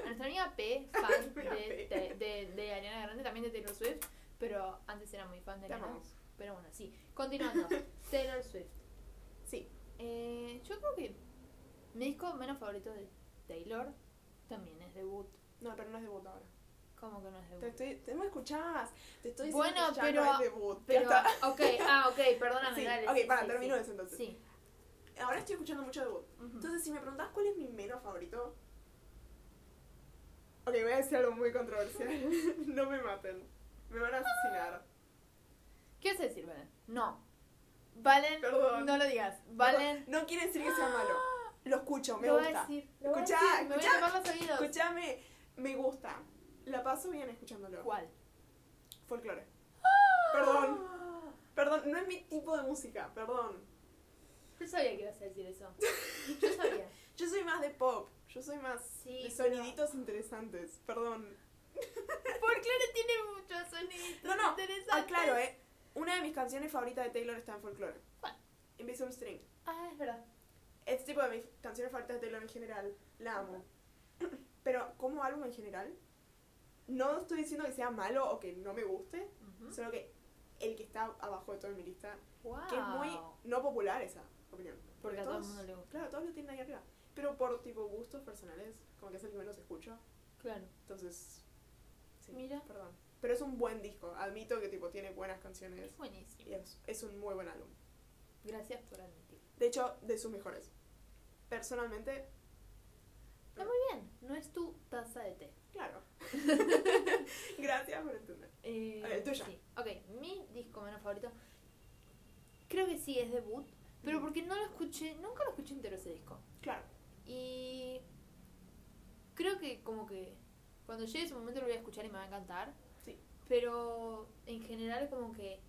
Speaker 1: a nuestra amiga P, fan
Speaker 2: Nuestra
Speaker 1: de,
Speaker 2: P.
Speaker 1: de, de- de Ariana Grande, también de Taylor Swift, pero antes era muy fan de
Speaker 2: Te
Speaker 1: Ariana.
Speaker 2: amamos.
Speaker 1: Pero bueno, sí. Continuando, Taylor Swift.
Speaker 2: Sí.
Speaker 1: Eh, yo creo que mi disco menos favorito de Taylor también es debut.
Speaker 2: No, pero no es debut ahora.
Speaker 1: ¿Cómo que no es debut?
Speaker 2: Te estoy, te me escuchás. Te estoy diciendo
Speaker 1: Bueno,
Speaker 2: que ya
Speaker 1: pero-
Speaker 2: no es debut. Ya
Speaker 1: Pero,
Speaker 2: está.
Speaker 1: ok, ah, ok, perdóname,
Speaker 2: Sí,
Speaker 1: dale.
Speaker 2: ok,
Speaker 1: sí,
Speaker 2: para,
Speaker 1: sí,
Speaker 2: termino
Speaker 1: sí.
Speaker 2: eso entonces.
Speaker 1: Sí.
Speaker 2: Ahora estoy escuchando mucho debut.
Speaker 1: ujú.
Speaker 2: Entonces, si me preguntás cuál es mi menos favorito. Ok, voy a decir algo muy controversial. no me maten. Me van a asesinar.
Speaker 1: ¿Qué vas a decir, Valen? No. Valen,
Speaker 2: Perdón.
Speaker 1: no lo digas. Valen,
Speaker 2: No, no quiere decir que sea malo. Lo escucho, me
Speaker 1: lo voy a
Speaker 2: gusta.
Speaker 1: decir. lo voy a
Speaker 2: Escuchá,
Speaker 1: decir, Me voy a
Speaker 2: escuchá,
Speaker 1: tapar los oídos.
Speaker 2: Escúchame, me gusta. La paso bien escuchándolo.
Speaker 1: ¿Cuál?
Speaker 2: Folclore. Perdón, perdón, no es mi tipo de música, perdón.
Speaker 1: Yo sabía que ibas a decir eso. Yo sabía.
Speaker 2: Yo soy más de pop, yo soy más
Speaker 1: Sí,
Speaker 2: de
Speaker 1: pero-
Speaker 2: soniditos interesantes, perdón.
Speaker 1: Folklore tiene muchos sonidos.
Speaker 2: No, no,
Speaker 1: interesantes.
Speaker 2: Ah, claro, eh. Una de mis canciones favoritas de Taylor está en folclore.
Speaker 1: ¿Cuál?
Speaker 2: Invisible String.
Speaker 1: Ah, es verdad.
Speaker 2: Este tipo de mis canciones favoritas de Taylor en general, la amo. Pero como álbum en general, no estoy diciendo que sea malo o que no me guste,
Speaker 1: Ujú.
Speaker 2: solo que el que está abajo de todo en mi lista,
Speaker 1: Wow.
Speaker 2: que es muy no popular esa opinión.
Speaker 1: Ah. Porque a todo el mundo le gusta.
Speaker 2: Claro, todos lo tienen ahí arriba. Pero por tipo gustos personales, como que es el que menos escucho.
Speaker 1: Claro.
Speaker 2: Entonces, sí,
Speaker 1: Mira.
Speaker 2: perdón. Pero es un buen disco. Admito que tipo tiene buenas canciones
Speaker 1: Es buenísimo.
Speaker 2: y es, es un muy buen álbum.
Speaker 1: Gracias por admitir.
Speaker 2: De hecho, de sus mejores. Personalmente,
Speaker 1: Está muy bien. No es tu taza de té.
Speaker 2: claro. Gracias por entender.
Speaker 1: Eh,
Speaker 2: A ver, tuya.
Speaker 1: Sí. Ok, mi disco menos favorito. Creo que sí es debut. Pero
Speaker 2: Ujú.
Speaker 1: porque no lo escuché, nunca lo escuché entero ese disco.
Speaker 2: Claro.
Speaker 1: Y creo que como que cuando llegue ese momento lo voy a escuchar y me va a encantar.
Speaker 2: Sí.
Speaker 1: Pero en general como que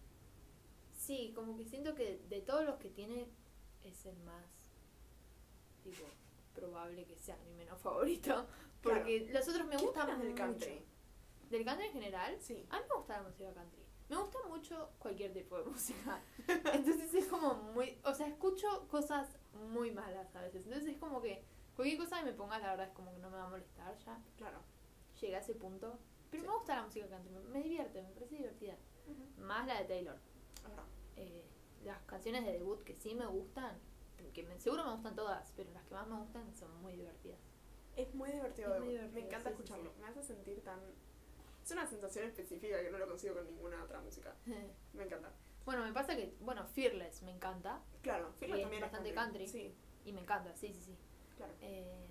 Speaker 1: sí, como que siento que de todos los que tiene es el más tipo probable que sea mi menos favorito, porque los otros me
Speaker 2: ¿Qué
Speaker 1: gustan
Speaker 2: opinas
Speaker 1: mucho.
Speaker 2: del country?
Speaker 1: del country en general,
Speaker 2: Sí.
Speaker 1: a mí me gusta la música country. Me gusta mucho cualquier tipo de música. Entonces es como muy. O sea, escucho cosas muy malas a veces. Entonces es como que cualquier cosa que me pongas, la verdad es como que no me va a molestar ya.
Speaker 2: Claro.
Speaker 1: Llegué a ese punto. Pero
Speaker 2: Sí.
Speaker 1: me gusta la música country. Me, me divierte, me parece divertida. Más la de Taylor.
Speaker 2: Ahora,
Speaker 1: Eh, las canciones de debut que sí me gustan, que me- seguro me gustan todas, pero las que más me gustan son muy divertidas.
Speaker 2: Es muy divertido.
Speaker 1: Es muy
Speaker 2: de-
Speaker 1: divertido,
Speaker 2: me encanta
Speaker 1: sí, sí,
Speaker 2: escucharlo. Me hace sentir tan... Es una sensación específica que no lo consigo con ninguna otra música. Me encanta.
Speaker 1: bueno, me pasa que, bueno, Fearless me encanta.
Speaker 2: Claro, Fearless
Speaker 1: es
Speaker 2: también
Speaker 1: bastante
Speaker 2: es
Speaker 1: country.
Speaker 2: Sí,
Speaker 1: Y me encanta, sí, sí, sí.
Speaker 2: claro.
Speaker 1: Eh,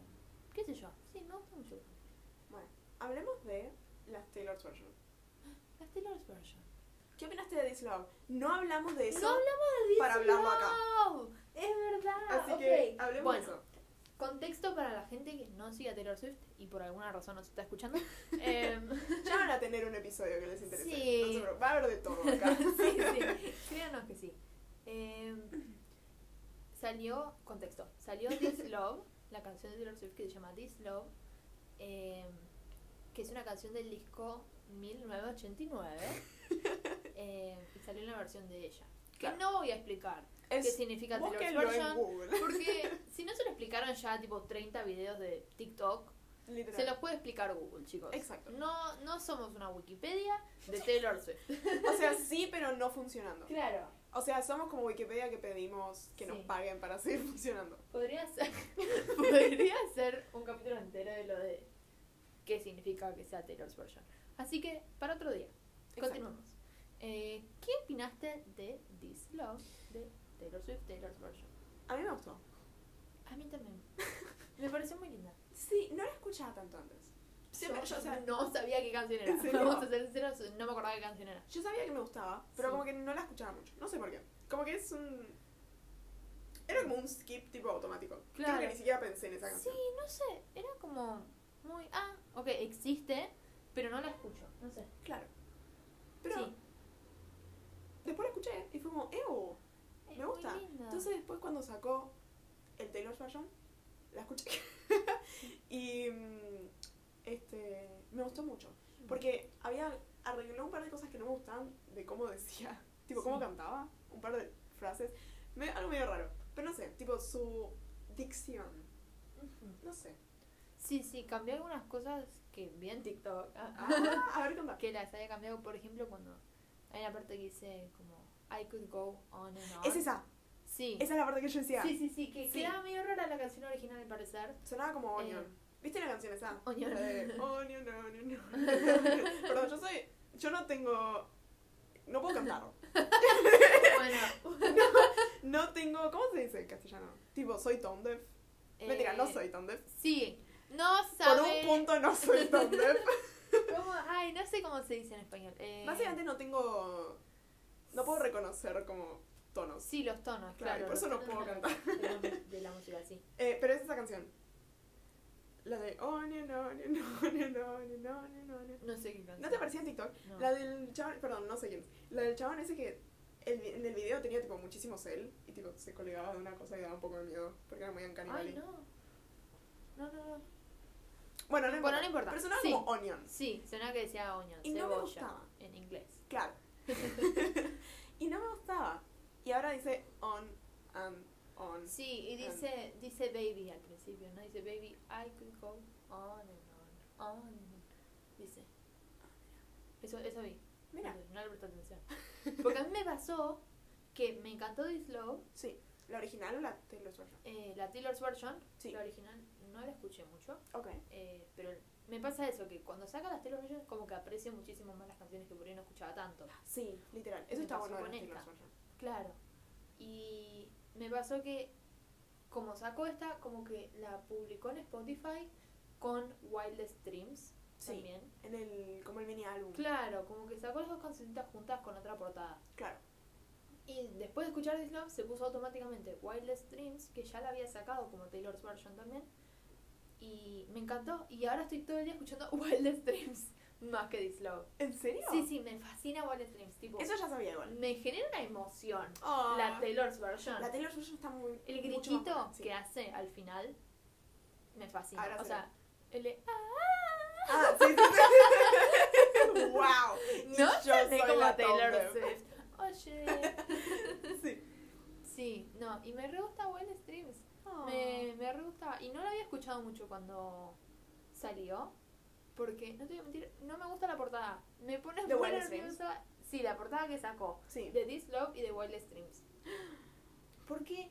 Speaker 1: ¿Qué sé yo? Sí, me gusta mucho.
Speaker 2: Bueno, hablemos de las Taylor's version.
Speaker 1: La Taylor's Version.
Speaker 2: ¿Qué opinaste de This Love? No hablamos de eso.
Speaker 1: no hablamos de This
Speaker 2: para hablarlo acá.
Speaker 1: Love. Es verdad.
Speaker 2: Así que
Speaker 1: ok.
Speaker 2: hablemos
Speaker 1: bueno,
Speaker 2: de eso.
Speaker 1: contexto para la gente que no sigue a Taylor Swift y por alguna razón nos está escuchando. Em,
Speaker 2: Ya van a tener un episodio que les interese.
Speaker 1: Sí.
Speaker 2: No se preocupen, va a haber de todo acá.
Speaker 1: sí, sí, créanos que sí. Em, salió, contexto, salió This Love, la canción de Taylor Swift que se llama This Love, em, que es una canción del disco 1989, em, y salió en la versión de ella. Que
Speaker 2: Claro.
Speaker 1: no voy a explicar
Speaker 2: Es-
Speaker 1: qué significa Taylor's
Speaker 2: búsquenlo en
Speaker 1: Version,
Speaker 2: Google.
Speaker 1: porque si no se lo explicaron ya tipo 30 videos de TikTok,
Speaker 2: Literal.
Speaker 1: se los puede explicar Google, chicos.
Speaker 2: Exacto.
Speaker 1: No, no somos una Wikipedia de Taylor Swift.
Speaker 2: O sea, sí, pero no funcionando.
Speaker 1: Claro.
Speaker 2: O sea, somos como Wikipedia que pedimos que nos
Speaker 1: Sí.
Speaker 2: paguen para seguir funcionando.
Speaker 1: Podría ser, podría ser un capítulo entero de lo de qué significa que sea Taylor's version. Así que para otro día,
Speaker 2: Exacto.
Speaker 1: continuamos. Eh, ¿Qué opinaste de This Love de Taylor Swift Taylor's version?
Speaker 2: A mí me gustó.
Speaker 1: A mí también. Me pareció muy linda.
Speaker 2: Sí, no la escuchaba tanto antes. Siempre- yo, o sea,
Speaker 1: no sabía qué canción
Speaker 2: ¿En
Speaker 1: era.
Speaker 2: serio?
Speaker 1: Vamos a ser sinceros, no me acordaba qué canción era.
Speaker 2: Yo sabía que me gustaba, pero
Speaker 1: Sí.
Speaker 2: como que no la escuchaba mucho. No sé por qué. Como que es un. Era como un skip tipo automático. Creo
Speaker 1: Claro.
Speaker 2: que ni siquiera pensé en esa
Speaker 1: Sí,
Speaker 2: canción.
Speaker 1: no sé, era como muy, ah, ok, existe, pero no la escucho, no sé.
Speaker 2: Claro. Pero
Speaker 1: sí,
Speaker 2: después la escuché y fue como, ¡ew!
Speaker 1: es
Speaker 2: me
Speaker 1: muy
Speaker 2: gusta.
Speaker 1: linda.
Speaker 2: Entonces después cuando sacó el Taylor's Version, la escuché. y mm, este me gustó mucho. Porque había arregló un par de cosas que no me gustaban de cómo decía, tipo cómo
Speaker 1: Sí.
Speaker 2: cantaba, un par de frases, me- algo medio raro. Pero no sé, tipo su dicción,
Speaker 1: Ujú.
Speaker 2: no sé.
Speaker 1: Sí, sí, cambié algunas cosas que vi en TikTok. ah, ah,
Speaker 2: Ah, a ver, canta.
Speaker 1: que las había cambiado, por ejemplo, cuando hay una parte que dice como I could go on and on.
Speaker 2: Es esa,
Speaker 1: Sí.
Speaker 2: esa es la parte que yo decía.
Speaker 1: Sí, sí, sí, que
Speaker 2: Sí.
Speaker 1: quedaba medio rara la canción original al parecer.
Speaker 2: Sonaba como Onion.
Speaker 1: Eh.
Speaker 2: ¿Viste la canción esa?
Speaker 1: Onion.
Speaker 2: La de Onion, Onion, Onion. Perdón, yo soy. Yo no tengo. No puedo cantar.
Speaker 1: Bueno,
Speaker 2: No tengo. ¿Cómo se dice en castellano? Tipo, soy tone deaf. Mentira,
Speaker 1: eh,
Speaker 2: no soy tone deaf.
Speaker 1: Sí, no
Speaker 2: Por
Speaker 1: sabe.
Speaker 2: un punto no soy tone deaf.
Speaker 1: cómo- ay, no sé cómo se dice en español. Eh,
Speaker 2: Básicamente no tengo. No puedo reconocer como tonos.
Speaker 1: Sí, los tonos, claro.
Speaker 2: Claro, y por eso
Speaker 1: los
Speaker 2: no
Speaker 1: tonos
Speaker 2: puedo
Speaker 1: de la- De la, de la música, sí.
Speaker 2: Eh, pero es esa canción. La de "Oh, Onion, Onion, Onion, Onion, Onion, Onion.
Speaker 1: No sé qué canción.
Speaker 2: ¿No te parecía en TikTok?
Speaker 1: No.
Speaker 2: La del chabón, perdón, no sé quién. La del chabón ese que el vi- en el video tenía tipo muchísimo cel y tipo se colgaba de una cosa y daba un poco de miedo porque era muy ancanibal.
Speaker 1: Ay, no. No, no, no.
Speaker 2: Bueno, no
Speaker 1: Bueno,
Speaker 2: importa.
Speaker 1: no importa.
Speaker 2: Pero sonaba
Speaker 1: Sí.
Speaker 2: como onion.
Speaker 1: Sí, suena que decía oño,
Speaker 2: Y
Speaker 1: cebolla,
Speaker 2: no me gustaba.
Speaker 1: en inglés.
Speaker 2: Claro. y no me gustaba. Y ahora dice on um, and on.
Speaker 1: Sí, y dice, dice baby al principio, ¿no? Dice baby, I could go on and on, on and on. Dice. Eso, eso vi.
Speaker 2: Mira,
Speaker 1: Entonces, No le presté atención. Porque a mí me pasó que me encantó This Love,
Speaker 2: sí. ¿La original o la Taylor Swift?
Speaker 1: eh, la Taylor's version.
Speaker 2: Sí.
Speaker 1: La original no la escuché mucho.
Speaker 2: Ok.
Speaker 1: eh, pero me pasa eso, que cuando saca las Taylor versions como que aprecio muchísimo más las canciones que por ahí no escuchaba tanto.
Speaker 2: Sí, literal. Eso
Speaker 1: Me
Speaker 2: está
Speaker 1: pasó
Speaker 2: bueno de la
Speaker 1: con
Speaker 2: Taylor
Speaker 1: esta.
Speaker 2: Swift.
Speaker 1: Claro. Y me pasó que como sacó esta, como que la publicó en Spotify con Wildest Dreams
Speaker 2: Sí.
Speaker 1: también.
Speaker 2: En el, como el mini álbum.
Speaker 1: Claro, como que sacó las dos cancioncitas juntas con otra portada.
Speaker 2: Claro.
Speaker 1: Y después de escuchar This Love se puso automáticamente Wildest Dreams, que ya la había sacado como Taylor's version también. Y me encantó. Y ahora estoy todo el día escuchando Wildest Dreams más que This Love.
Speaker 2: ¿En serio?
Speaker 1: Sí, sí, me fascina Wildest Dreams. Tipo,
Speaker 2: Eso ya sabía igual.
Speaker 1: me genera una emoción.
Speaker 2: Ah.
Speaker 1: La Taylor's version.
Speaker 2: La Taylor Swift está muy.
Speaker 1: El
Speaker 2: mucho más
Speaker 1: gritito
Speaker 2: buena, sí.
Speaker 1: que hace al final me fascina.
Speaker 2: Ahora
Speaker 1: o
Speaker 2: sí.
Speaker 1: sea, el de, "Ah".
Speaker 2: Ah, sí, sí, sí. ¡Wow! Ni
Speaker 1: No
Speaker 2: yo soy
Speaker 1: soné como
Speaker 2: la
Speaker 1: Taylor
Speaker 2: Tombow.
Speaker 1: Swift. Oye.
Speaker 2: Sí.
Speaker 1: Sí, no, y me re gusta Wall Streams.
Speaker 2: Oh.
Speaker 1: Me, me re gusta. Y no la había escuchado mucho cuando salió. Porque, no te voy a mentir, no me gusta la portada. Me pone
Speaker 2: ¿De
Speaker 1: muy
Speaker 2: Wild Streams?
Speaker 1: nerviosa. Sí, la portada que sacó.
Speaker 2: Sí.
Speaker 1: De This Love y de Wild Streams. Porque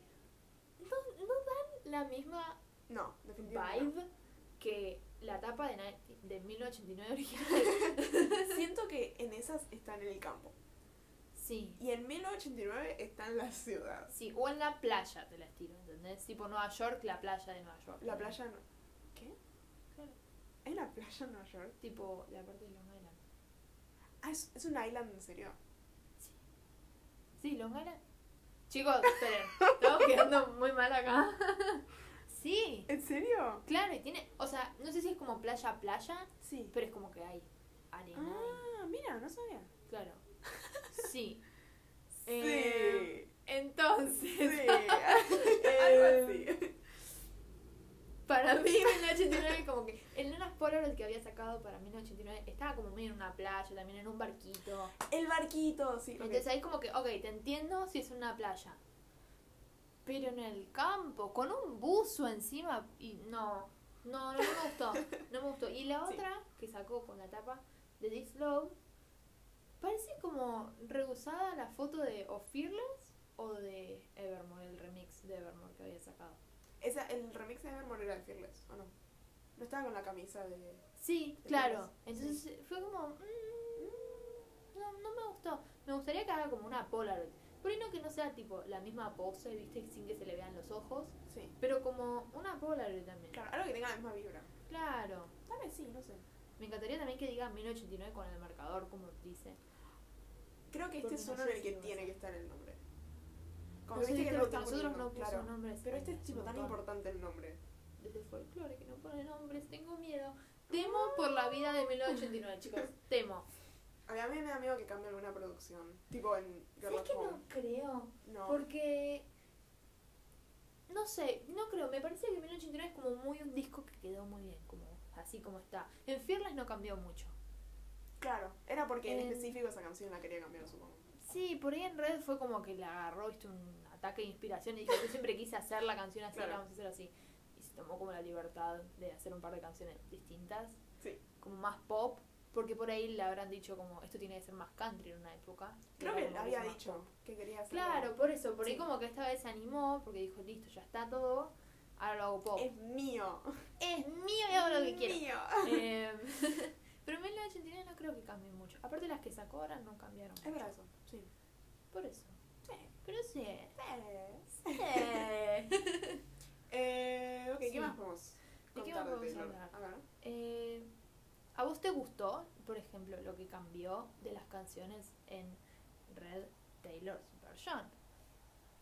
Speaker 1: no, no dan la misma
Speaker 2: No, definitivamente. no.
Speaker 1: vibe que la tapa de, na- de 1989 original.
Speaker 2: Siento que en esas están en el campo.
Speaker 1: Sí,
Speaker 2: Y en 1989 está en la ciudad.
Speaker 1: sí. O en la playa te la estilo, ¿entendés? Tipo Nueva York, la playa de Nueva York.
Speaker 2: La playa no. ¿Qué?
Speaker 1: Claro.
Speaker 2: ¿Es la playa en Nueva York?
Speaker 1: Tipo la parte de Long Island.
Speaker 2: Ah, es, es un island en serio.
Speaker 1: Sí, Long Island. Chicos, esperen. Estamos quedando muy mal acá. sí.
Speaker 2: ¿En serio?
Speaker 1: Claro, y tiene. O sea, no sé si es como playa playa,
Speaker 2: Sí.
Speaker 1: pero es como que hay arena. y-
Speaker 2: Ah, mira, no sabía.
Speaker 1: Claro. Sí.
Speaker 2: Sí.
Speaker 1: Eh, entonces.
Speaker 2: Sí.
Speaker 1: Algo
Speaker 2: Algo
Speaker 1: así.
Speaker 2: así.
Speaker 1: Para mí 1989 como que el Nonas Polar el que había sacado para 1989 estaba como medio en una playa, también en un barquito.
Speaker 2: El barquito, sí. ok.
Speaker 1: Entonces ahí como que, ok, te entiendo si es una playa. Pero en el campo, con un buzo encima, y no, no, no me gustó, no me gustó. Y la
Speaker 2: Sí.
Speaker 1: otra que sacó con la tapa de This Love, parece como rehusada la foto de o Fearless o de Evermore, el remix de Evermore que había sacado.
Speaker 2: Esa, el remix de Evermore era de Fearless, ¿o no? No estaba con la camisa de...
Speaker 1: Sí,
Speaker 2: ¿Te
Speaker 1: claro.
Speaker 2: parece?
Speaker 1: Entonces eh, fue como. mm, no, no me gustó. Me gustaría que haga como una Polaroid. Por ahí no que no sea tipo la misma pose, viste, sin que se le vean los ojos.
Speaker 2: Sí.
Speaker 1: Pero como una Polaroid también.
Speaker 2: Claro, algo que tenga la misma vibra.
Speaker 1: Claro.
Speaker 2: Tal vez sí, no sé.
Speaker 1: Me encantaría también que diga 1989 con el marcador, como dice.
Speaker 2: Creo que este
Speaker 1: Porque
Speaker 2: es
Speaker 1: no
Speaker 2: uno
Speaker 1: sé
Speaker 2: en el
Speaker 1: si
Speaker 2: que
Speaker 1: lo
Speaker 2: tiene que estar el nombre. Como
Speaker 1: No sé,
Speaker 2: viste
Speaker 1: viste,
Speaker 2: que no
Speaker 1: este porque
Speaker 2: está
Speaker 1: nosotros
Speaker 2: poniendo,
Speaker 1: no pusimos
Speaker 2: claro.
Speaker 1: nombres.
Speaker 2: Pero este
Speaker 1: en
Speaker 2: es tipo tan
Speaker 1: montón.
Speaker 2: importante el nombre.
Speaker 1: Desde folclore que no pone nombres, tengo miedo. Temo por la vida de 1989, chicos. Temo.
Speaker 2: A mí me da miedo que cambie alguna producción. Tipo en Girl
Speaker 1: ¿Sabes
Speaker 2: at
Speaker 1: que no
Speaker 2: Home.
Speaker 1: creo?
Speaker 2: No.
Speaker 1: Porque. No sé, no creo. Me parece que 1989 es como muy un disco que quedó muy bien, como así como está. En Fearless no cambió mucho.
Speaker 2: Claro. Era porque en
Speaker 1: En-
Speaker 2: específico esa canción la quería cambiar, supongo.
Speaker 1: Sí, por ahí en Red fue como que le agarró viste, un ataque de inspiración y dijo: Yo siempre quise hacer la canción así,
Speaker 2: Claro.
Speaker 1: la vamos a hacer así. Y se tomó como la libertad de hacer un par de canciones distintas,
Speaker 2: Sí.
Speaker 1: como más pop. Porque por ahí le habrán dicho como esto tiene que ser más country en una época.
Speaker 2: Creo
Speaker 1: Era
Speaker 2: que
Speaker 1: como
Speaker 2: había
Speaker 1: hizo más
Speaker 2: dicho que quería hacer.
Speaker 1: Claro, por eso, por ahí
Speaker 2: Sí.
Speaker 1: como que esta vez se animó, porque dijo, listo, ya está todo, ahora lo hago pop.
Speaker 2: Es mío.
Speaker 1: Es mío y hago lo que quiero.
Speaker 2: Mío.
Speaker 1: Em, pero en 1989 no creo que cambie mucho. Aparte las que sacó ahora no cambiaron.
Speaker 2: Es verdad eso. Sí.
Speaker 1: Por eso.
Speaker 2: Sí.
Speaker 1: Pero sí.
Speaker 2: Sí.
Speaker 1: Eh,
Speaker 2: Eh, ok,
Speaker 1: Sí.
Speaker 2: ¿qué más podemos
Speaker 1: ¿De qué
Speaker 2: contar
Speaker 1: más podemos
Speaker 2: Taylor?
Speaker 1: hablar?
Speaker 2: A ver.
Speaker 1: eh, ¿A vos te gustó, por ejemplo, lo que cambió de las canciones en Red Taylor's Version?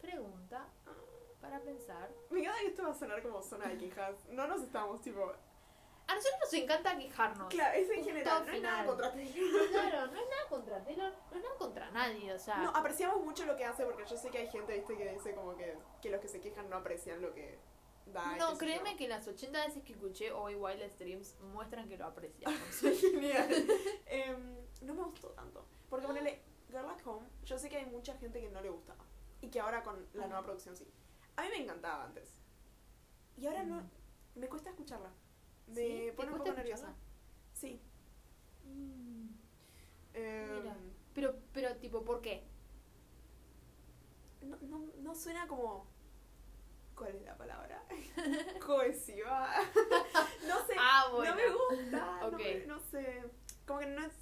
Speaker 1: Pregunta
Speaker 2: Ah.
Speaker 1: para pensar.
Speaker 2: Me encanta que esto va a sonar como zona de quejas. No nos estamos, tipo.
Speaker 1: A nosotros nos encanta quejarnos.
Speaker 2: Claro, es en
Speaker 1: Punto
Speaker 2: general. No hay nada
Speaker 1: final.
Speaker 2: contra Taylor.
Speaker 1: Claro, no es nada contra Taylor, no es nada contra nadie, o sea.
Speaker 2: No, ah, apreciamos mucho lo que hace porque yo sé que hay gente, viste, que dice como que, que los que se quejan no aprecian lo que da.
Speaker 1: no, créeme que las 80 veces que escuché hoy Wild Streams muestran que lo apreciamos.
Speaker 2: que... Genial. Em, no me gustó tanto. Porque ponele Girl at Home, yo sé que hay mucha gente que no le gustaba. Y que ahora con la nueva producción sí. A mí me encantaba antes. Y ahora no... Me cuesta escucharla. Me
Speaker 1: Mm. ¿Sí? ¿Te
Speaker 2: pone
Speaker 1: cuesta
Speaker 2: un poco nerviosa.
Speaker 1: escucharla?
Speaker 2: Sí.
Speaker 1: Mm.
Speaker 2: Em,
Speaker 1: Mira. Pero, pero, tipo, ¿por qué?
Speaker 2: no, no, no suena como... ¿Cuál es la palabra? Cohesiva. no sé.
Speaker 1: Ah,
Speaker 2: No me gusta. no
Speaker 1: Ok.
Speaker 2: me- no, sé. Como que no es.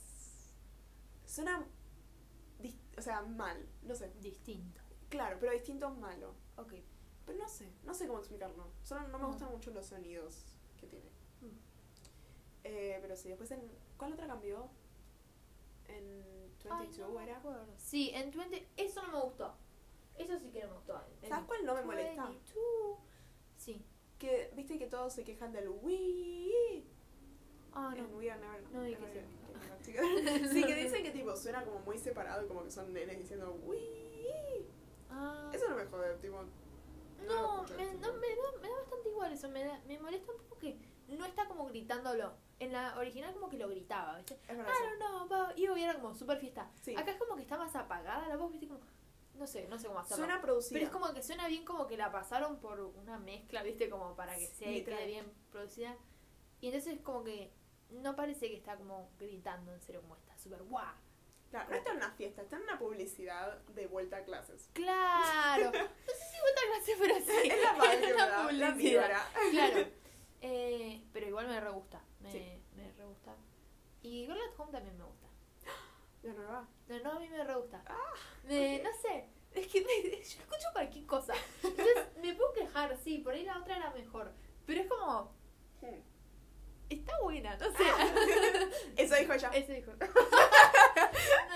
Speaker 2: Suena. dis- o sea, mal. No sé.
Speaker 1: Distinto.
Speaker 2: Claro, pero distinto es malo.
Speaker 1: Ok.
Speaker 2: Pero no sé. No sé cómo explicarlo. Solo no me
Speaker 1: Mm.
Speaker 2: gustan mucho los sonidos que tiene.
Speaker 1: Mm.
Speaker 2: Eh, pero sí, después en. ¿Cuál otra cambió? En 22
Speaker 1: no me
Speaker 2: era.
Speaker 1: acuerdo. Sí, en 20. Eso no me gustó. Eso sí que no me gustó. En
Speaker 2: ¿Sabes cuál no me molesta?
Speaker 1: 22. Sí.
Speaker 2: Que viste que todos se quejan del Wii.
Speaker 1: Ah,
Speaker 2: En
Speaker 1: no.
Speaker 2: We Are Never-
Speaker 1: No, y que
Speaker 2: Never-
Speaker 1: sí.
Speaker 2: Never- Sí, que dicen que tipo suena como muy separado y como que son nenes diciendo Wii.
Speaker 1: Ah.
Speaker 2: Eso no me jode, tipo.
Speaker 1: No,
Speaker 2: no lo escucho,
Speaker 1: me,
Speaker 2: sí.
Speaker 1: no, me, da, me da bastante igual eso. Me, da- me molesta un poco que no es está como gritándolo. En la original como que lo gritaba, ¿viste?
Speaker 2: Es verdad. sí.
Speaker 1: Ah, no, no, pa- y hubiera como super fiesta.
Speaker 2: Sí.
Speaker 1: Acá es como que está más apagada la voz, ¿viste? Como, no sé, no sé cómo hacerlo.
Speaker 2: Suena producida.
Speaker 1: pero es como que suena bien como que la pasaron por una mezcla, ¿viste? Como para que sea y
Speaker 2: Literal.
Speaker 1: quede bien producida. Y entonces como que no parece que está como gritando en serio como está, super guau.
Speaker 2: Claro, no está en una fiesta, está en una publicidad de vuelta a clases.
Speaker 1: Claro. No sé si vuelta a clase, pero sí.
Speaker 2: Es la madre,
Speaker 1: una
Speaker 2: ¿verdad? La
Speaker 1: publicidad.
Speaker 2: vibra.
Speaker 1: Claro. Eh, pero igual me re gusta. Me,
Speaker 2: Sí.
Speaker 1: me re gusta. Y Girl at Home también me gusta.
Speaker 2: La nueva.
Speaker 1: No, no, a mí me re gusta. Me- No sé. Es que me- yo escucho cualquier cosa. Entonces me puedo quejar, sí, por ahí la otra era mejor. Pero es como, está buena, no
Speaker 2: Ah,
Speaker 1: sé.
Speaker 2: Eso dijo ella.
Speaker 1: Eso dijo.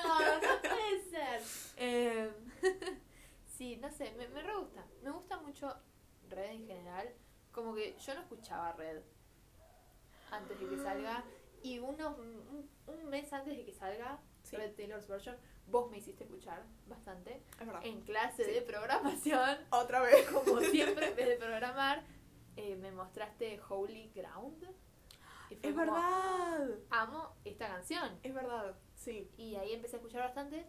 Speaker 1: no, no puede ser. Eh, sí, no sé, me, me re gusta. Me gusta mucho Red en general. Como que yo no escuchaba Red antes de que salga. Y unos, un, un mes antes de que salga
Speaker 2: Sí.
Speaker 1: Red Taylor's version, vos me hiciste escuchar bastante.
Speaker 2: Es verdad.
Speaker 1: En clase
Speaker 2: Sí.
Speaker 1: de programación,
Speaker 2: Otra vez.
Speaker 1: como siempre, en vez de programar, eh, me mostraste Holy Ground. Y fue
Speaker 2: Es
Speaker 1: como,
Speaker 2: verdad.
Speaker 1: Amo esta canción.
Speaker 2: Es verdad. Sí.
Speaker 1: Y ahí empecé a escuchar bastante.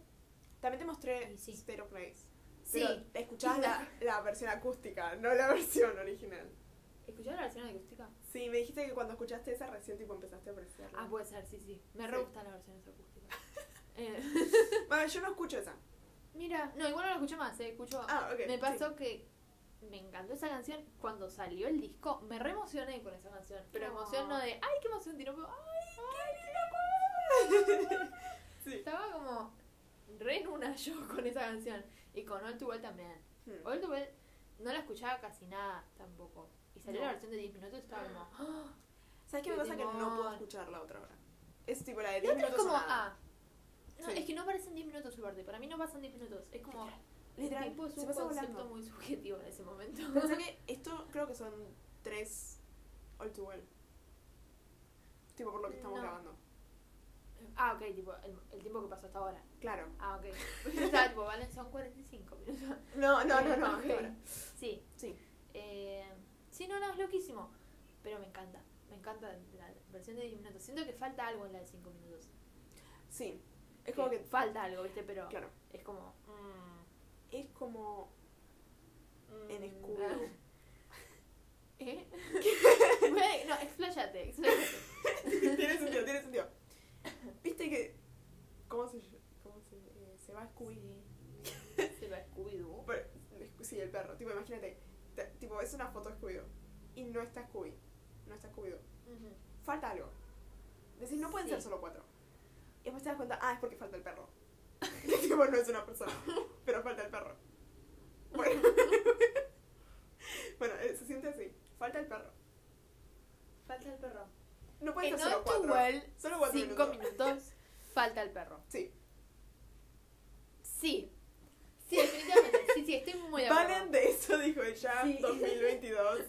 Speaker 2: También te mostré
Speaker 1: Y sí.
Speaker 2: State of Grace.
Speaker 1: Sí.
Speaker 2: Pero escuchabas la, la versión acústica, no la versión original.
Speaker 1: ¿Escucharon la versión acústica?
Speaker 2: Sí, me dijiste que cuando escuchaste esa recién tipo empezaste a apreciarla.
Speaker 1: Ah, puede ser, sí, sí. Me re
Speaker 2: Sí.
Speaker 1: gustan las versiones acústicas. Eh,
Speaker 2: Bueno, yo no escucho esa.
Speaker 1: mira, no, igual no la escuché más, eh, escucho.
Speaker 2: Ah, ok.
Speaker 1: me
Speaker 2: sí.
Speaker 1: pasó que me encantó esa canción. Cuando salió el disco, me re emocioné con esa canción. Pero
Speaker 2: Oh.
Speaker 1: emoción no de, ay, qué emoción, sino como, ay, qué lindo".
Speaker 2: Sí.
Speaker 1: Estaba como re en una yo con esa canción. Y con All Too Well también.
Speaker 2: Hmm.
Speaker 1: All Too Well no la escuchaba casi nada tampoco. Y salió
Speaker 2: No.
Speaker 1: la versión de 10 minutos, estaba como, "Ah".
Speaker 2: ¿Sabes qué me
Speaker 1: Qué
Speaker 2: pasa? Que no
Speaker 1: temor.
Speaker 2: puedo escuchar la otra hora. Es tipo la
Speaker 1: La
Speaker 2: de 10
Speaker 1: otra es
Speaker 2: minutos.
Speaker 1: como,
Speaker 2: o nada.
Speaker 1: ah. No,
Speaker 2: Sí.
Speaker 1: es que no parecen 10 minutos su parte. Para mí no pasan 10 minutos. Es como.
Speaker 2: Literal,
Speaker 1: el tiempo es
Speaker 2: se
Speaker 1: un
Speaker 2: pasa
Speaker 1: concepto
Speaker 2: volando.
Speaker 1: muy subjetivo en ese momento.
Speaker 2: Pensé que esto creo que son tres All Too Well. Tipo por lo que estamos
Speaker 1: No.
Speaker 2: grabando.
Speaker 1: ah, ok, tipo, el, el tiempo que pasó hasta ahora.
Speaker 2: Claro.
Speaker 1: Ah, ok. Está, tipo, valen, son 45 minutos.
Speaker 2: No, no, no, no.
Speaker 1: Ok.
Speaker 2: ahora.
Speaker 1: Sí.
Speaker 2: Sí.
Speaker 1: Eh, sí, no, no, es loquísimo. Pero me encanta. Me encanta la versión de 10 minutos. Siento que falta algo en la de 5 minutos.
Speaker 2: Sí. Es como que.
Speaker 1: Falta algo, ¿viste? Pero
Speaker 2: Claro.
Speaker 1: es como. mm,
Speaker 2: Es como en
Speaker 1: mm,
Speaker 2: escudo.
Speaker 1: ah. ¿Eh? Güey, no, expláyate, expláyate.
Speaker 2: tiene sentido, tiene sentido. Viste que. ¿Cómo se, cómo se, eh, se va Scooby?
Speaker 1: Se va Scooby-Doo.
Speaker 2: Pero- Sí, el perro. Tipo, imagínate. te- tipo, es una foto de Scooby. Y no está Scooby. No está Scooby. Falta algo. Decís, no pueden
Speaker 1: Sí.
Speaker 2: ser solo cuatro. Y después te das cuenta, ah, es porque falta el perro. tipo, no es una persona, pero falta el perro. Bueno, bueno eh, se siente así. Falta el perro.
Speaker 1: Falta el perro.
Speaker 2: No pueden
Speaker 1: En
Speaker 2: ser solo
Speaker 1: All Too
Speaker 2: cuatro.
Speaker 1: Well,
Speaker 2: Solo cuatro
Speaker 1: 5
Speaker 2: minutos.
Speaker 1: minutos, falta el perro.
Speaker 2: Sí.
Speaker 1: Sí. Sí, definitivamente. Sí, sí, estoy muy de acuerdo.
Speaker 2: Valen de eso, dijo ella,
Speaker 1: Sí.
Speaker 2: 2022.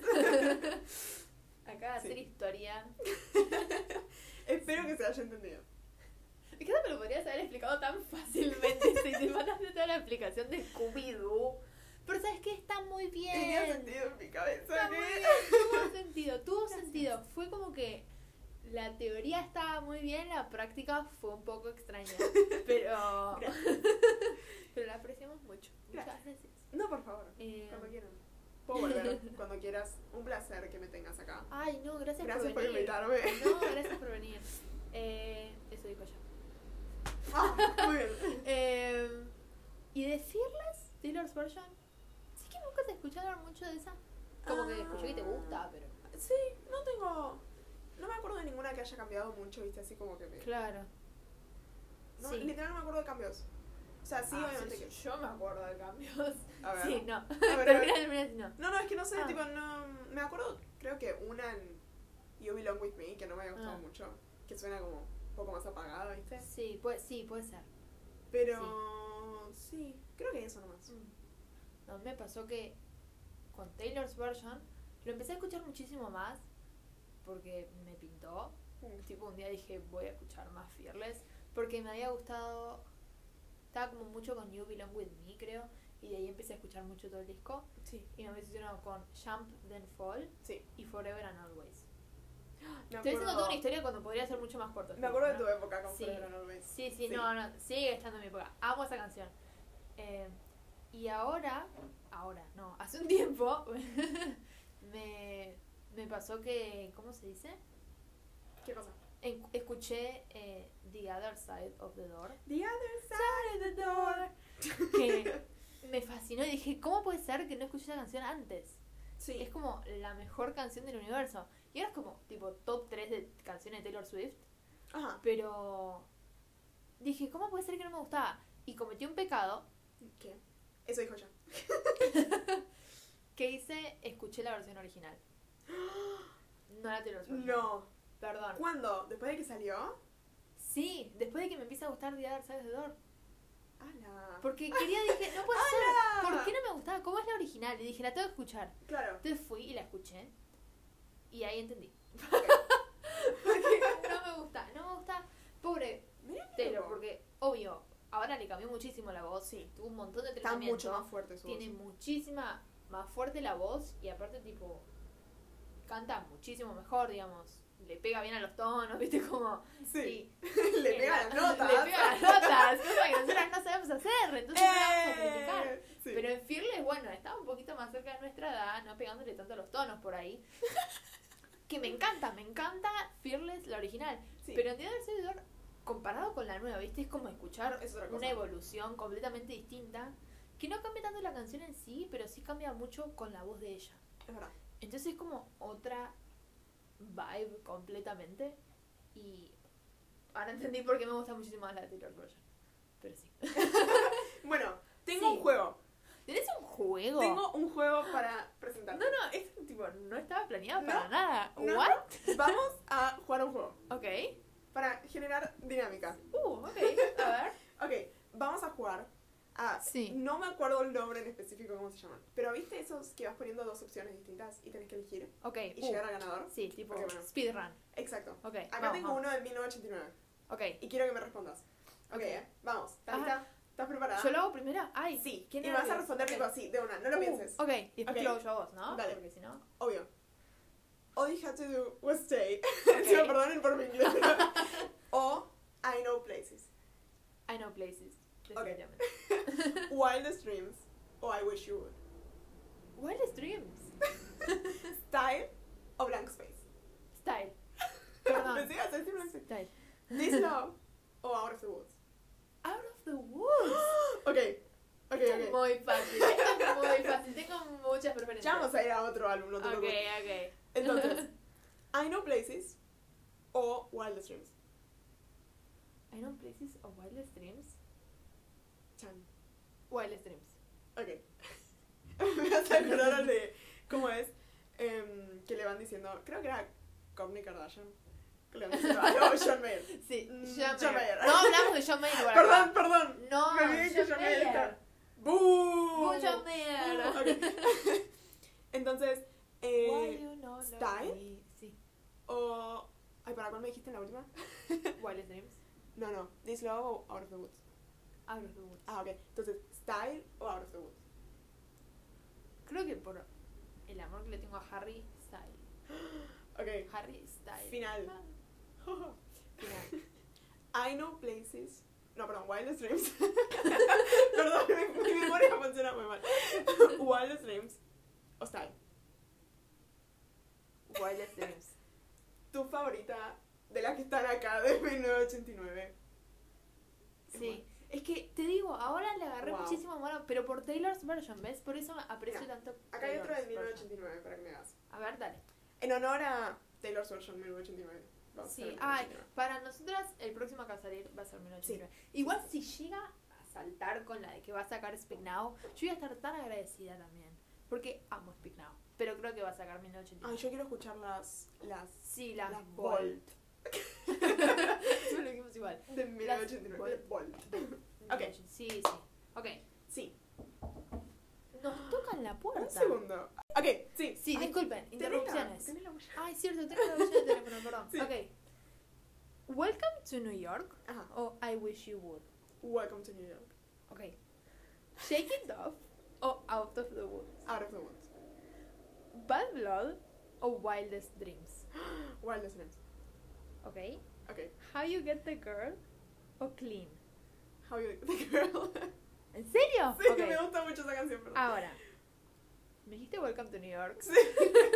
Speaker 1: Acá hacer
Speaker 2: Sí.
Speaker 1: historia.
Speaker 2: Espero que se haya entendido.
Speaker 1: Es que no me lo podrías haber explicado tan fácilmente si te mandaste toda la explicación de Scooby-Doo. Pero sabes que está muy
Speaker 2: Tenía
Speaker 1: bien.
Speaker 2: sentido en mi cabeza.
Speaker 1: Está
Speaker 2: ¿qué?
Speaker 1: muy bien, tuvo sentido, tuvo sentido. Fue como que la teoría estaba muy bien, la práctica fue un poco extraña. Pero, pero la apreciamos mucho. Muchas
Speaker 2: Gracias.
Speaker 1: gracias.
Speaker 2: No, por favor.
Speaker 1: Eh,
Speaker 2: Cuando quieran. Puedo volver cuando quieras. Un placer que me tengas acá.
Speaker 1: ay, no, gracias,
Speaker 2: Gracias por
Speaker 1: venir.
Speaker 2: invitarme.
Speaker 1: No, gracias por venir. Eh, eso dijo yo.
Speaker 2: Ah, muy bien.
Speaker 1: Eh, ¿Y de Fearless? Taylor's version. Sí que nunca te escuché hablar mucho de esa. Como que escuché que te
Speaker 2: Ah.
Speaker 1: gusta, pero. eh,
Speaker 2: Sí, no tengo. No me acuerdo de ninguna que haya cambiado mucho, viste, así como que me.
Speaker 1: Claro.
Speaker 2: No,
Speaker 1: sí.
Speaker 2: Literal no me acuerdo de cambios. O sea, Ah, sí, obviamente que.
Speaker 1: Yo me acuerdo de cambios.
Speaker 2: A ver.
Speaker 1: Sí, no.
Speaker 2: a ver, a ver.
Speaker 1: Termina, termina, no.
Speaker 2: No, no, es que no sé,
Speaker 1: Ah.
Speaker 2: tipo, no. Me acuerdo, creo que una en You Belong With Me, que no me había gustado
Speaker 1: Ah.
Speaker 2: mucho. Que suena como un poco más apagada, viste.
Speaker 1: Sí, puede, sí, puede ser.
Speaker 2: Pero. Sí. creo que eso nomás. Mm.
Speaker 1: No, me pasó que con Taylor's version lo empecé a escuchar muchísimo más porque me pintó.
Speaker 2: Mm.
Speaker 1: Tipo, un día dije, voy a escuchar más Fearless porque me había gustado. Estaba como mucho con You Belong With Me, creo. Y de ahí empecé a escuchar mucho todo el disco.
Speaker 2: Sí.
Speaker 1: Y me obsesionaron con Jump Then Fall
Speaker 2: Sí.
Speaker 1: y Forever and Always. Estoy
Speaker 2: Me
Speaker 1: haciendo toda una
Speaker 2: acuerdo-
Speaker 1: historia cuando podría ser mucho más corto.
Speaker 2: Me acuerdo de
Speaker 1: ¿no?
Speaker 2: tu época con
Speaker 1: Sí.
Speaker 2: Forever and Always.
Speaker 1: Sí, sí,
Speaker 2: Sí.
Speaker 1: no, no, sigue estando en mi época. Amo esa canción. Eh, y ahora, ahora, no, hace un tiempo me, me pasó que, ¿cómo se dice?
Speaker 2: ¿Qué cosa?
Speaker 1: En- escuché eh, The Other Side of the Door.
Speaker 2: The other side of the door.
Speaker 1: Que me fascinó y dije, ¿cómo puede ser que no escuché esa canción antes?
Speaker 2: Sí.
Speaker 1: Es como la mejor canción del universo. Y ahora es como, tipo, top 3 de canciones de Taylor Swift.
Speaker 2: Ajá.
Speaker 1: Pero dije, ¿cómo puede ser que no me gustaba? Y cometí un pecado
Speaker 2: ¿Qué? Eso dijo yo.
Speaker 1: que hice, escuché la versión original. No la Taylor Swift.
Speaker 2: No.
Speaker 1: Perdón.
Speaker 2: ¿Cuándo? ¿Después de que salió?
Speaker 1: Sí, después de que me empieza a gustar The Other Side of the Door.
Speaker 2: ¡Hala!
Speaker 1: Porque quería, dije, no puede
Speaker 2: ¡Hala!
Speaker 1: ser. ¿Por qué no me gustaba? ¿Cómo es la original? Y dije, la tengo que escuchar.
Speaker 2: Claro.
Speaker 1: Entonces fui y la escuché. Y ahí entendí. porque no me gusta, no me gusta. Pobre
Speaker 2: Mirá,
Speaker 1: Taylor, porque obvio, ahora le cambió muchísimo la voz.
Speaker 2: Sí.
Speaker 1: Tuvo un montón de
Speaker 2: Está
Speaker 1: tratamientos.
Speaker 2: mucho más fuerte su voz.
Speaker 1: tiene muchísima más fuerte la voz y aparte tipo canta muchísimo mejor, digamos. Le pega bien a los tonos, ¿viste? Como
Speaker 2: Sí.
Speaker 1: y-
Speaker 2: Le
Speaker 1: eh,
Speaker 2: pega las notas.
Speaker 1: Le pega las notas, cosa que nosotras no sabemos hacer, entonces no la vamos a criticar.
Speaker 2: ¡Eh! Sí.
Speaker 1: Pero en Fearless, bueno, estaba un poquito más cerca de nuestra edad, no pegándole tanto a los tonos por ahí. que me encanta, me encanta Fearless, la original.
Speaker 2: Sí.
Speaker 1: Pero en Día del Servidor, comparado con la nueva, ¿viste? Es como escuchar
Speaker 2: Es otra
Speaker 1: una
Speaker 2: cosa.
Speaker 1: evolución completamente distinta. Que no cambia tanto la canción en sí, pero sí cambia mucho con la voz de ella.
Speaker 2: Es verdad.
Speaker 1: Entonces es como otra vibe completamente. Y ahora entendí por qué me gusta muchísimo más la de Taylor version. Pero sí.
Speaker 2: Bueno, tengo
Speaker 1: Sí.
Speaker 2: un juego.
Speaker 1: ¿Tenés un juego?
Speaker 2: Tengo un juego para
Speaker 1: No,
Speaker 2: presentar.
Speaker 1: no, es tipo, no estaba planeado
Speaker 2: No,
Speaker 1: para nada.
Speaker 2: no,
Speaker 1: ¿What?
Speaker 2: Vamos a jugar un juego
Speaker 1: Ok.
Speaker 2: para generar dinámica.
Speaker 1: Uh, ok. A ver.
Speaker 2: Ok, vamos a jugar a...
Speaker 1: Sí.
Speaker 2: No me acuerdo el nombre en específico cómo se llaman. Pero viste esos que vas poniendo dos opciones distintas y tenés que elegir
Speaker 1: Ok.
Speaker 2: y
Speaker 1: uh,
Speaker 2: llegar al ganador.
Speaker 1: sí, tipo
Speaker 2: Ok, bueno.
Speaker 1: speedrun.
Speaker 2: Exacto.
Speaker 1: Ok.
Speaker 2: Acá
Speaker 1: vamos,
Speaker 2: tengo
Speaker 1: vamos.
Speaker 2: uno de 1989
Speaker 1: Ok.
Speaker 2: y quiero que me respondas. Ok,
Speaker 1: Ok.
Speaker 2: eh, vamos. ¿Estás
Speaker 1: Ajá.
Speaker 2: lista? ¿Estás preparada?
Speaker 1: ¿Yo lo hago primero? Ay,
Speaker 2: Sí.
Speaker 1: ¿Quién
Speaker 2: y
Speaker 1: era
Speaker 2: vas a
Speaker 1: que-
Speaker 2: responder
Speaker 1: ok.
Speaker 2: tipo así, de una. No lo
Speaker 1: Uh,
Speaker 2: pienses.
Speaker 1: Ok, y después
Speaker 2: Ok.
Speaker 1: lo hago yo a vos, ¿no?
Speaker 2: Dale.
Speaker 1: Porque si no.
Speaker 2: Obvio. All you had to do was stay.
Speaker 1: Ok.
Speaker 2: Sí, perdonen por mi inglés. o I know places.
Speaker 1: I know places.
Speaker 2: Ok.
Speaker 1: Definitivamente.
Speaker 2: Wildest dreams. O I wish you would.
Speaker 1: Wildest dreams.
Speaker 2: Style o blank space.
Speaker 1: Style. Perdón.
Speaker 2: Pensé que ibas a decir blank space.
Speaker 1: Style.
Speaker 2: This love o out of the woods.
Speaker 1: Out of the woods.
Speaker 2: Ok. Ok,
Speaker 1: Esto es
Speaker 2: ok.
Speaker 1: muy fácil. Esto es muy fácil. Tengo muchas preferencias.
Speaker 2: Ya vamos a ir a otro álbum, no te
Speaker 1: Ok,
Speaker 2: preocupes.
Speaker 1: ok.
Speaker 2: Entonces, I know places o wildest dreams.
Speaker 1: I know places of wildest dreams.
Speaker 2: Chan.
Speaker 1: Wildest dreams.
Speaker 2: Ok. Me vas a acordar al de cómo es em, que le van diciendo, creo que era Courtney Kardashian. Que le van diciendo, ah, no, John Mayer.
Speaker 1: Sí,
Speaker 2: Mm,
Speaker 1: John
Speaker 2: John
Speaker 1: Mayer.
Speaker 2: Mayer.
Speaker 1: No hablamos de John Mayer. igual
Speaker 2: Perdón,
Speaker 1: acá.
Speaker 2: perdón.
Speaker 1: No,
Speaker 2: Me olvidé que
Speaker 1: John
Speaker 2: John Mayer
Speaker 1: Mayer.
Speaker 2: está. ¡Boo!
Speaker 1: Boo, John Mayer.
Speaker 2: Uh, ok. Entonces,
Speaker 1: Why
Speaker 2: eh,
Speaker 1: you know love
Speaker 2: Style.
Speaker 1: me? Sí.
Speaker 2: o. Ay, ¿para cuál me dijiste en la última?
Speaker 1: Wildest dreams.
Speaker 2: No, no. This Love o Out of the Woods.
Speaker 1: Out of the woods.
Speaker 2: Ah, ok. Entonces, Style o Out of the Woods.
Speaker 1: Creo que por el amor que le tengo a Harry Style.
Speaker 2: Ok.
Speaker 1: Harry Style.
Speaker 2: Final.
Speaker 1: Ah, final.
Speaker 2: I know places. No, perdón, Wildest Dreams. perdón, mi, mi memoria funciona muy mal. Wildest Dreams o Style.
Speaker 1: Wildest Dreams.
Speaker 2: Tu favorita de las que están acá de 1989.
Speaker 1: Sí. Es que te digo, ahora le agarré
Speaker 2: Wow.
Speaker 1: muchísimo amor, pero por Taylor's version, ¿ves? Por eso aprecio
Speaker 2: Mira,
Speaker 1: tanto.
Speaker 2: Acá hay otro de
Speaker 1: Taylor's version.
Speaker 2: 1989 para que me hagas.
Speaker 1: A ver, dale.
Speaker 2: En honor a Taylor Swift 1989. Vamos a
Speaker 1: Sí,
Speaker 2: hacer
Speaker 1: ay,
Speaker 2: 1989.
Speaker 1: para nosotras el próximo que va a salir va a ser 1989. Igual si llega a saltar con la de que va a sacar Speak Now, yo voy a estar tan agradecida también. Porque amo Speak Now, pero creo que va a sacar 1989.
Speaker 2: Ay, yo quiero escuchar las. las.
Speaker 1: sí, la,
Speaker 2: las
Speaker 1: Bolt.
Speaker 2: Bolt.
Speaker 1: Siempre lo dijimos igual.
Speaker 2: De 1989.
Speaker 1: Las
Speaker 2: Bolt.
Speaker 1: Ok. Sí, sí. Ok.
Speaker 2: Sí.
Speaker 1: Nos tocan la puerta.
Speaker 2: Un segundo. Ok, sí.
Speaker 1: Sí,
Speaker 2: Ay,
Speaker 1: disculpen,
Speaker 2: tenés la-
Speaker 1: interrupciones.
Speaker 2: tenés la huella.
Speaker 1: Ay, cierto, tengo la opción de teléfono, perdón.
Speaker 2: Sí.
Speaker 1: Ok. Welcome to New York
Speaker 2: Ajá.
Speaker 1: o I wish you would.
Speaker 2: Welcome to New York.
Speaker 1: Ok. Shake it off o out of the woods.
Speaker 2: Out of the woods.
Speaker 1: Bad blood o wildest dreams.
Speaker 2: Igual los names.
Speaker 1: Ok.
Speaker 2: Ok.
Speaker 1: How You Get the Girl o Clean.
Speaker 2: How You Like the Girl.
Speaker 1: ¿En serio?
Speaker 2: sí,
Speaker 1: Ok.
Speaker 2: me gusta mucho esa canción, perdón.
Speaker 1: Ahora. ¿Me dijiste Welcome to New York?
Speaker 2: Sí.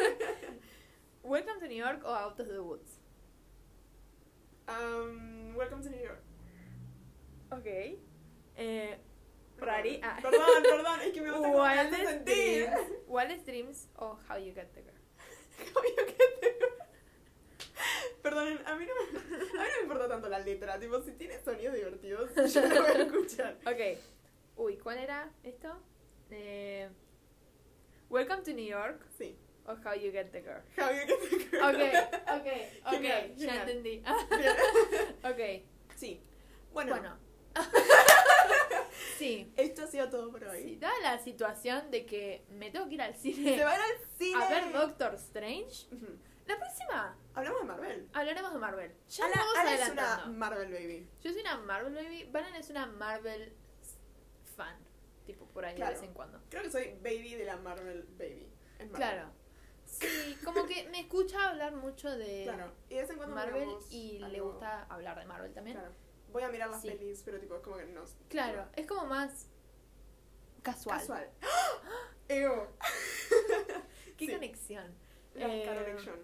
Speaker 1: ¿Welcome to New York o Out of the Woods?
Speaker 2: Um, Welcome to New York.
Speaker 1: Ok. Eh, Ferrari. Ah.
Speaker 2: Perdón, perdón, es que me gusta cómo me hace
Speaker 1: Wildest
Speaker 2: sentir.
Speaker 1: Dreams. Wildest Dreams o How You Get the Girl.
Speaker 2: How You Get the Girl. Perdonen, a mí, no me, a mí no me importa tanto la letra. Tipo, si tiene sonidos divertidos, yo lo voy a escuchar.
Speaker 1: Ok. Uy, ¿cuál era esto? Eh, Welcome to New York
Speaker 2: Sí.
Speaker 1: o How You Get the Girl.
Speaker 2: How You Get the Girl.
Speaker 1: Ok, ok, ok. ya
Speaker 2: Genial, genial.
Speaker 1: entendí.
Speaker 2: Bien.
Speaker 1: ok.
Speaker 2: Sí. Bueno,
Speaker 1: Bueno. sí.
Speaker 2: esto ha sido todo por hoy.
Speaker 1: Sí, Dada la situación de que me tengo que ir al cine
Speaker 2: Se van al cine.
Speaker 1: a ver Doctor Strange,
Speaker 2: Ujú.
Speaker 1: la próxima
Speaker 2: Hablamos de Marvel.
Speaker 1: hablaremos de Marvel. Ya
Speaker 2: Ana,
Speaker 1: vamos
Speaker 2: Ana es una
Speaker 1: adelantando.
Speaker 2: Marvel baby.
Speaker 1: Yo soy una Marvel baby, Banan es una Marvel fan, tipo por ahí
Speaker 2: Claro.
Speaker 1: de vez en cuando.
Speaker 2: Creo que soy baby de la Marvel baby. En Marvel.
Speaker 1: Claro. Sí, como que me escucha hablar mucho de
Speaker 2: Claro. Y de vez en cuando
Speaker 1: Eh, Marvel
Speaker 2: miramos
Speaker 1: y le
Speaker 2: algo.
Speaker 1: gusta hablar de Marvel también.
Speaker 2: Claro. Voy a mirar las
Speaker 1: Sí.
Speaker 2: pelis, pero tipo, es como que no.
Speaker 1: Claro, es como más casual.
Speaker 2: Casual. Eo.
Speaker 1: Qué
Speaker 2: Sí.
Speaker 1: conexión.
Speaker 2: La
Speaker 1: Eh,
Speaker 2: conexión.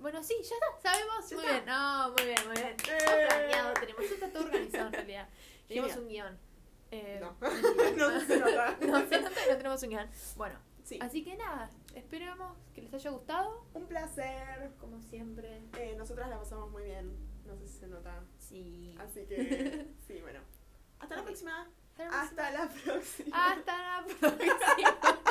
Speaker 1: Bueno, sí, ya está, sabemos.
Speaker 2: Ya
Speaker 1: muy
Speaker 2: está.
Speaker 1: bien, no, muy bien, muy bien. Todo
Speaker 2: Eh.
Speaker 1: planeado tenemos, ya está todo organizado en realidad. Tenemos
Speaker 2: Genial.
Speaker 1: un guión. Eh,
Speaker 2: No.
Speaker 1: mentira.
Speaker 2: No se nota.
Speaker 1: no se nota que no tenemos un guión. Bueno,
Speaker 2: Sí.
Speaker 1: así que nada, esperemos que les haya gustado.
Speaker 2: Un placer.
Speaker 1: Como siempre.
Speaker 2: Eh, nosotras la pasamos muy bien. No sé si se nota.
Speaker 1: Sí.
Speaker 2: Así que, sí, bueno. Hasta la próxima.
Speaker 1: Hasta la
Speaker 2: Hasta la próxima.
Speaker 1: próxima. Hasta la próxima.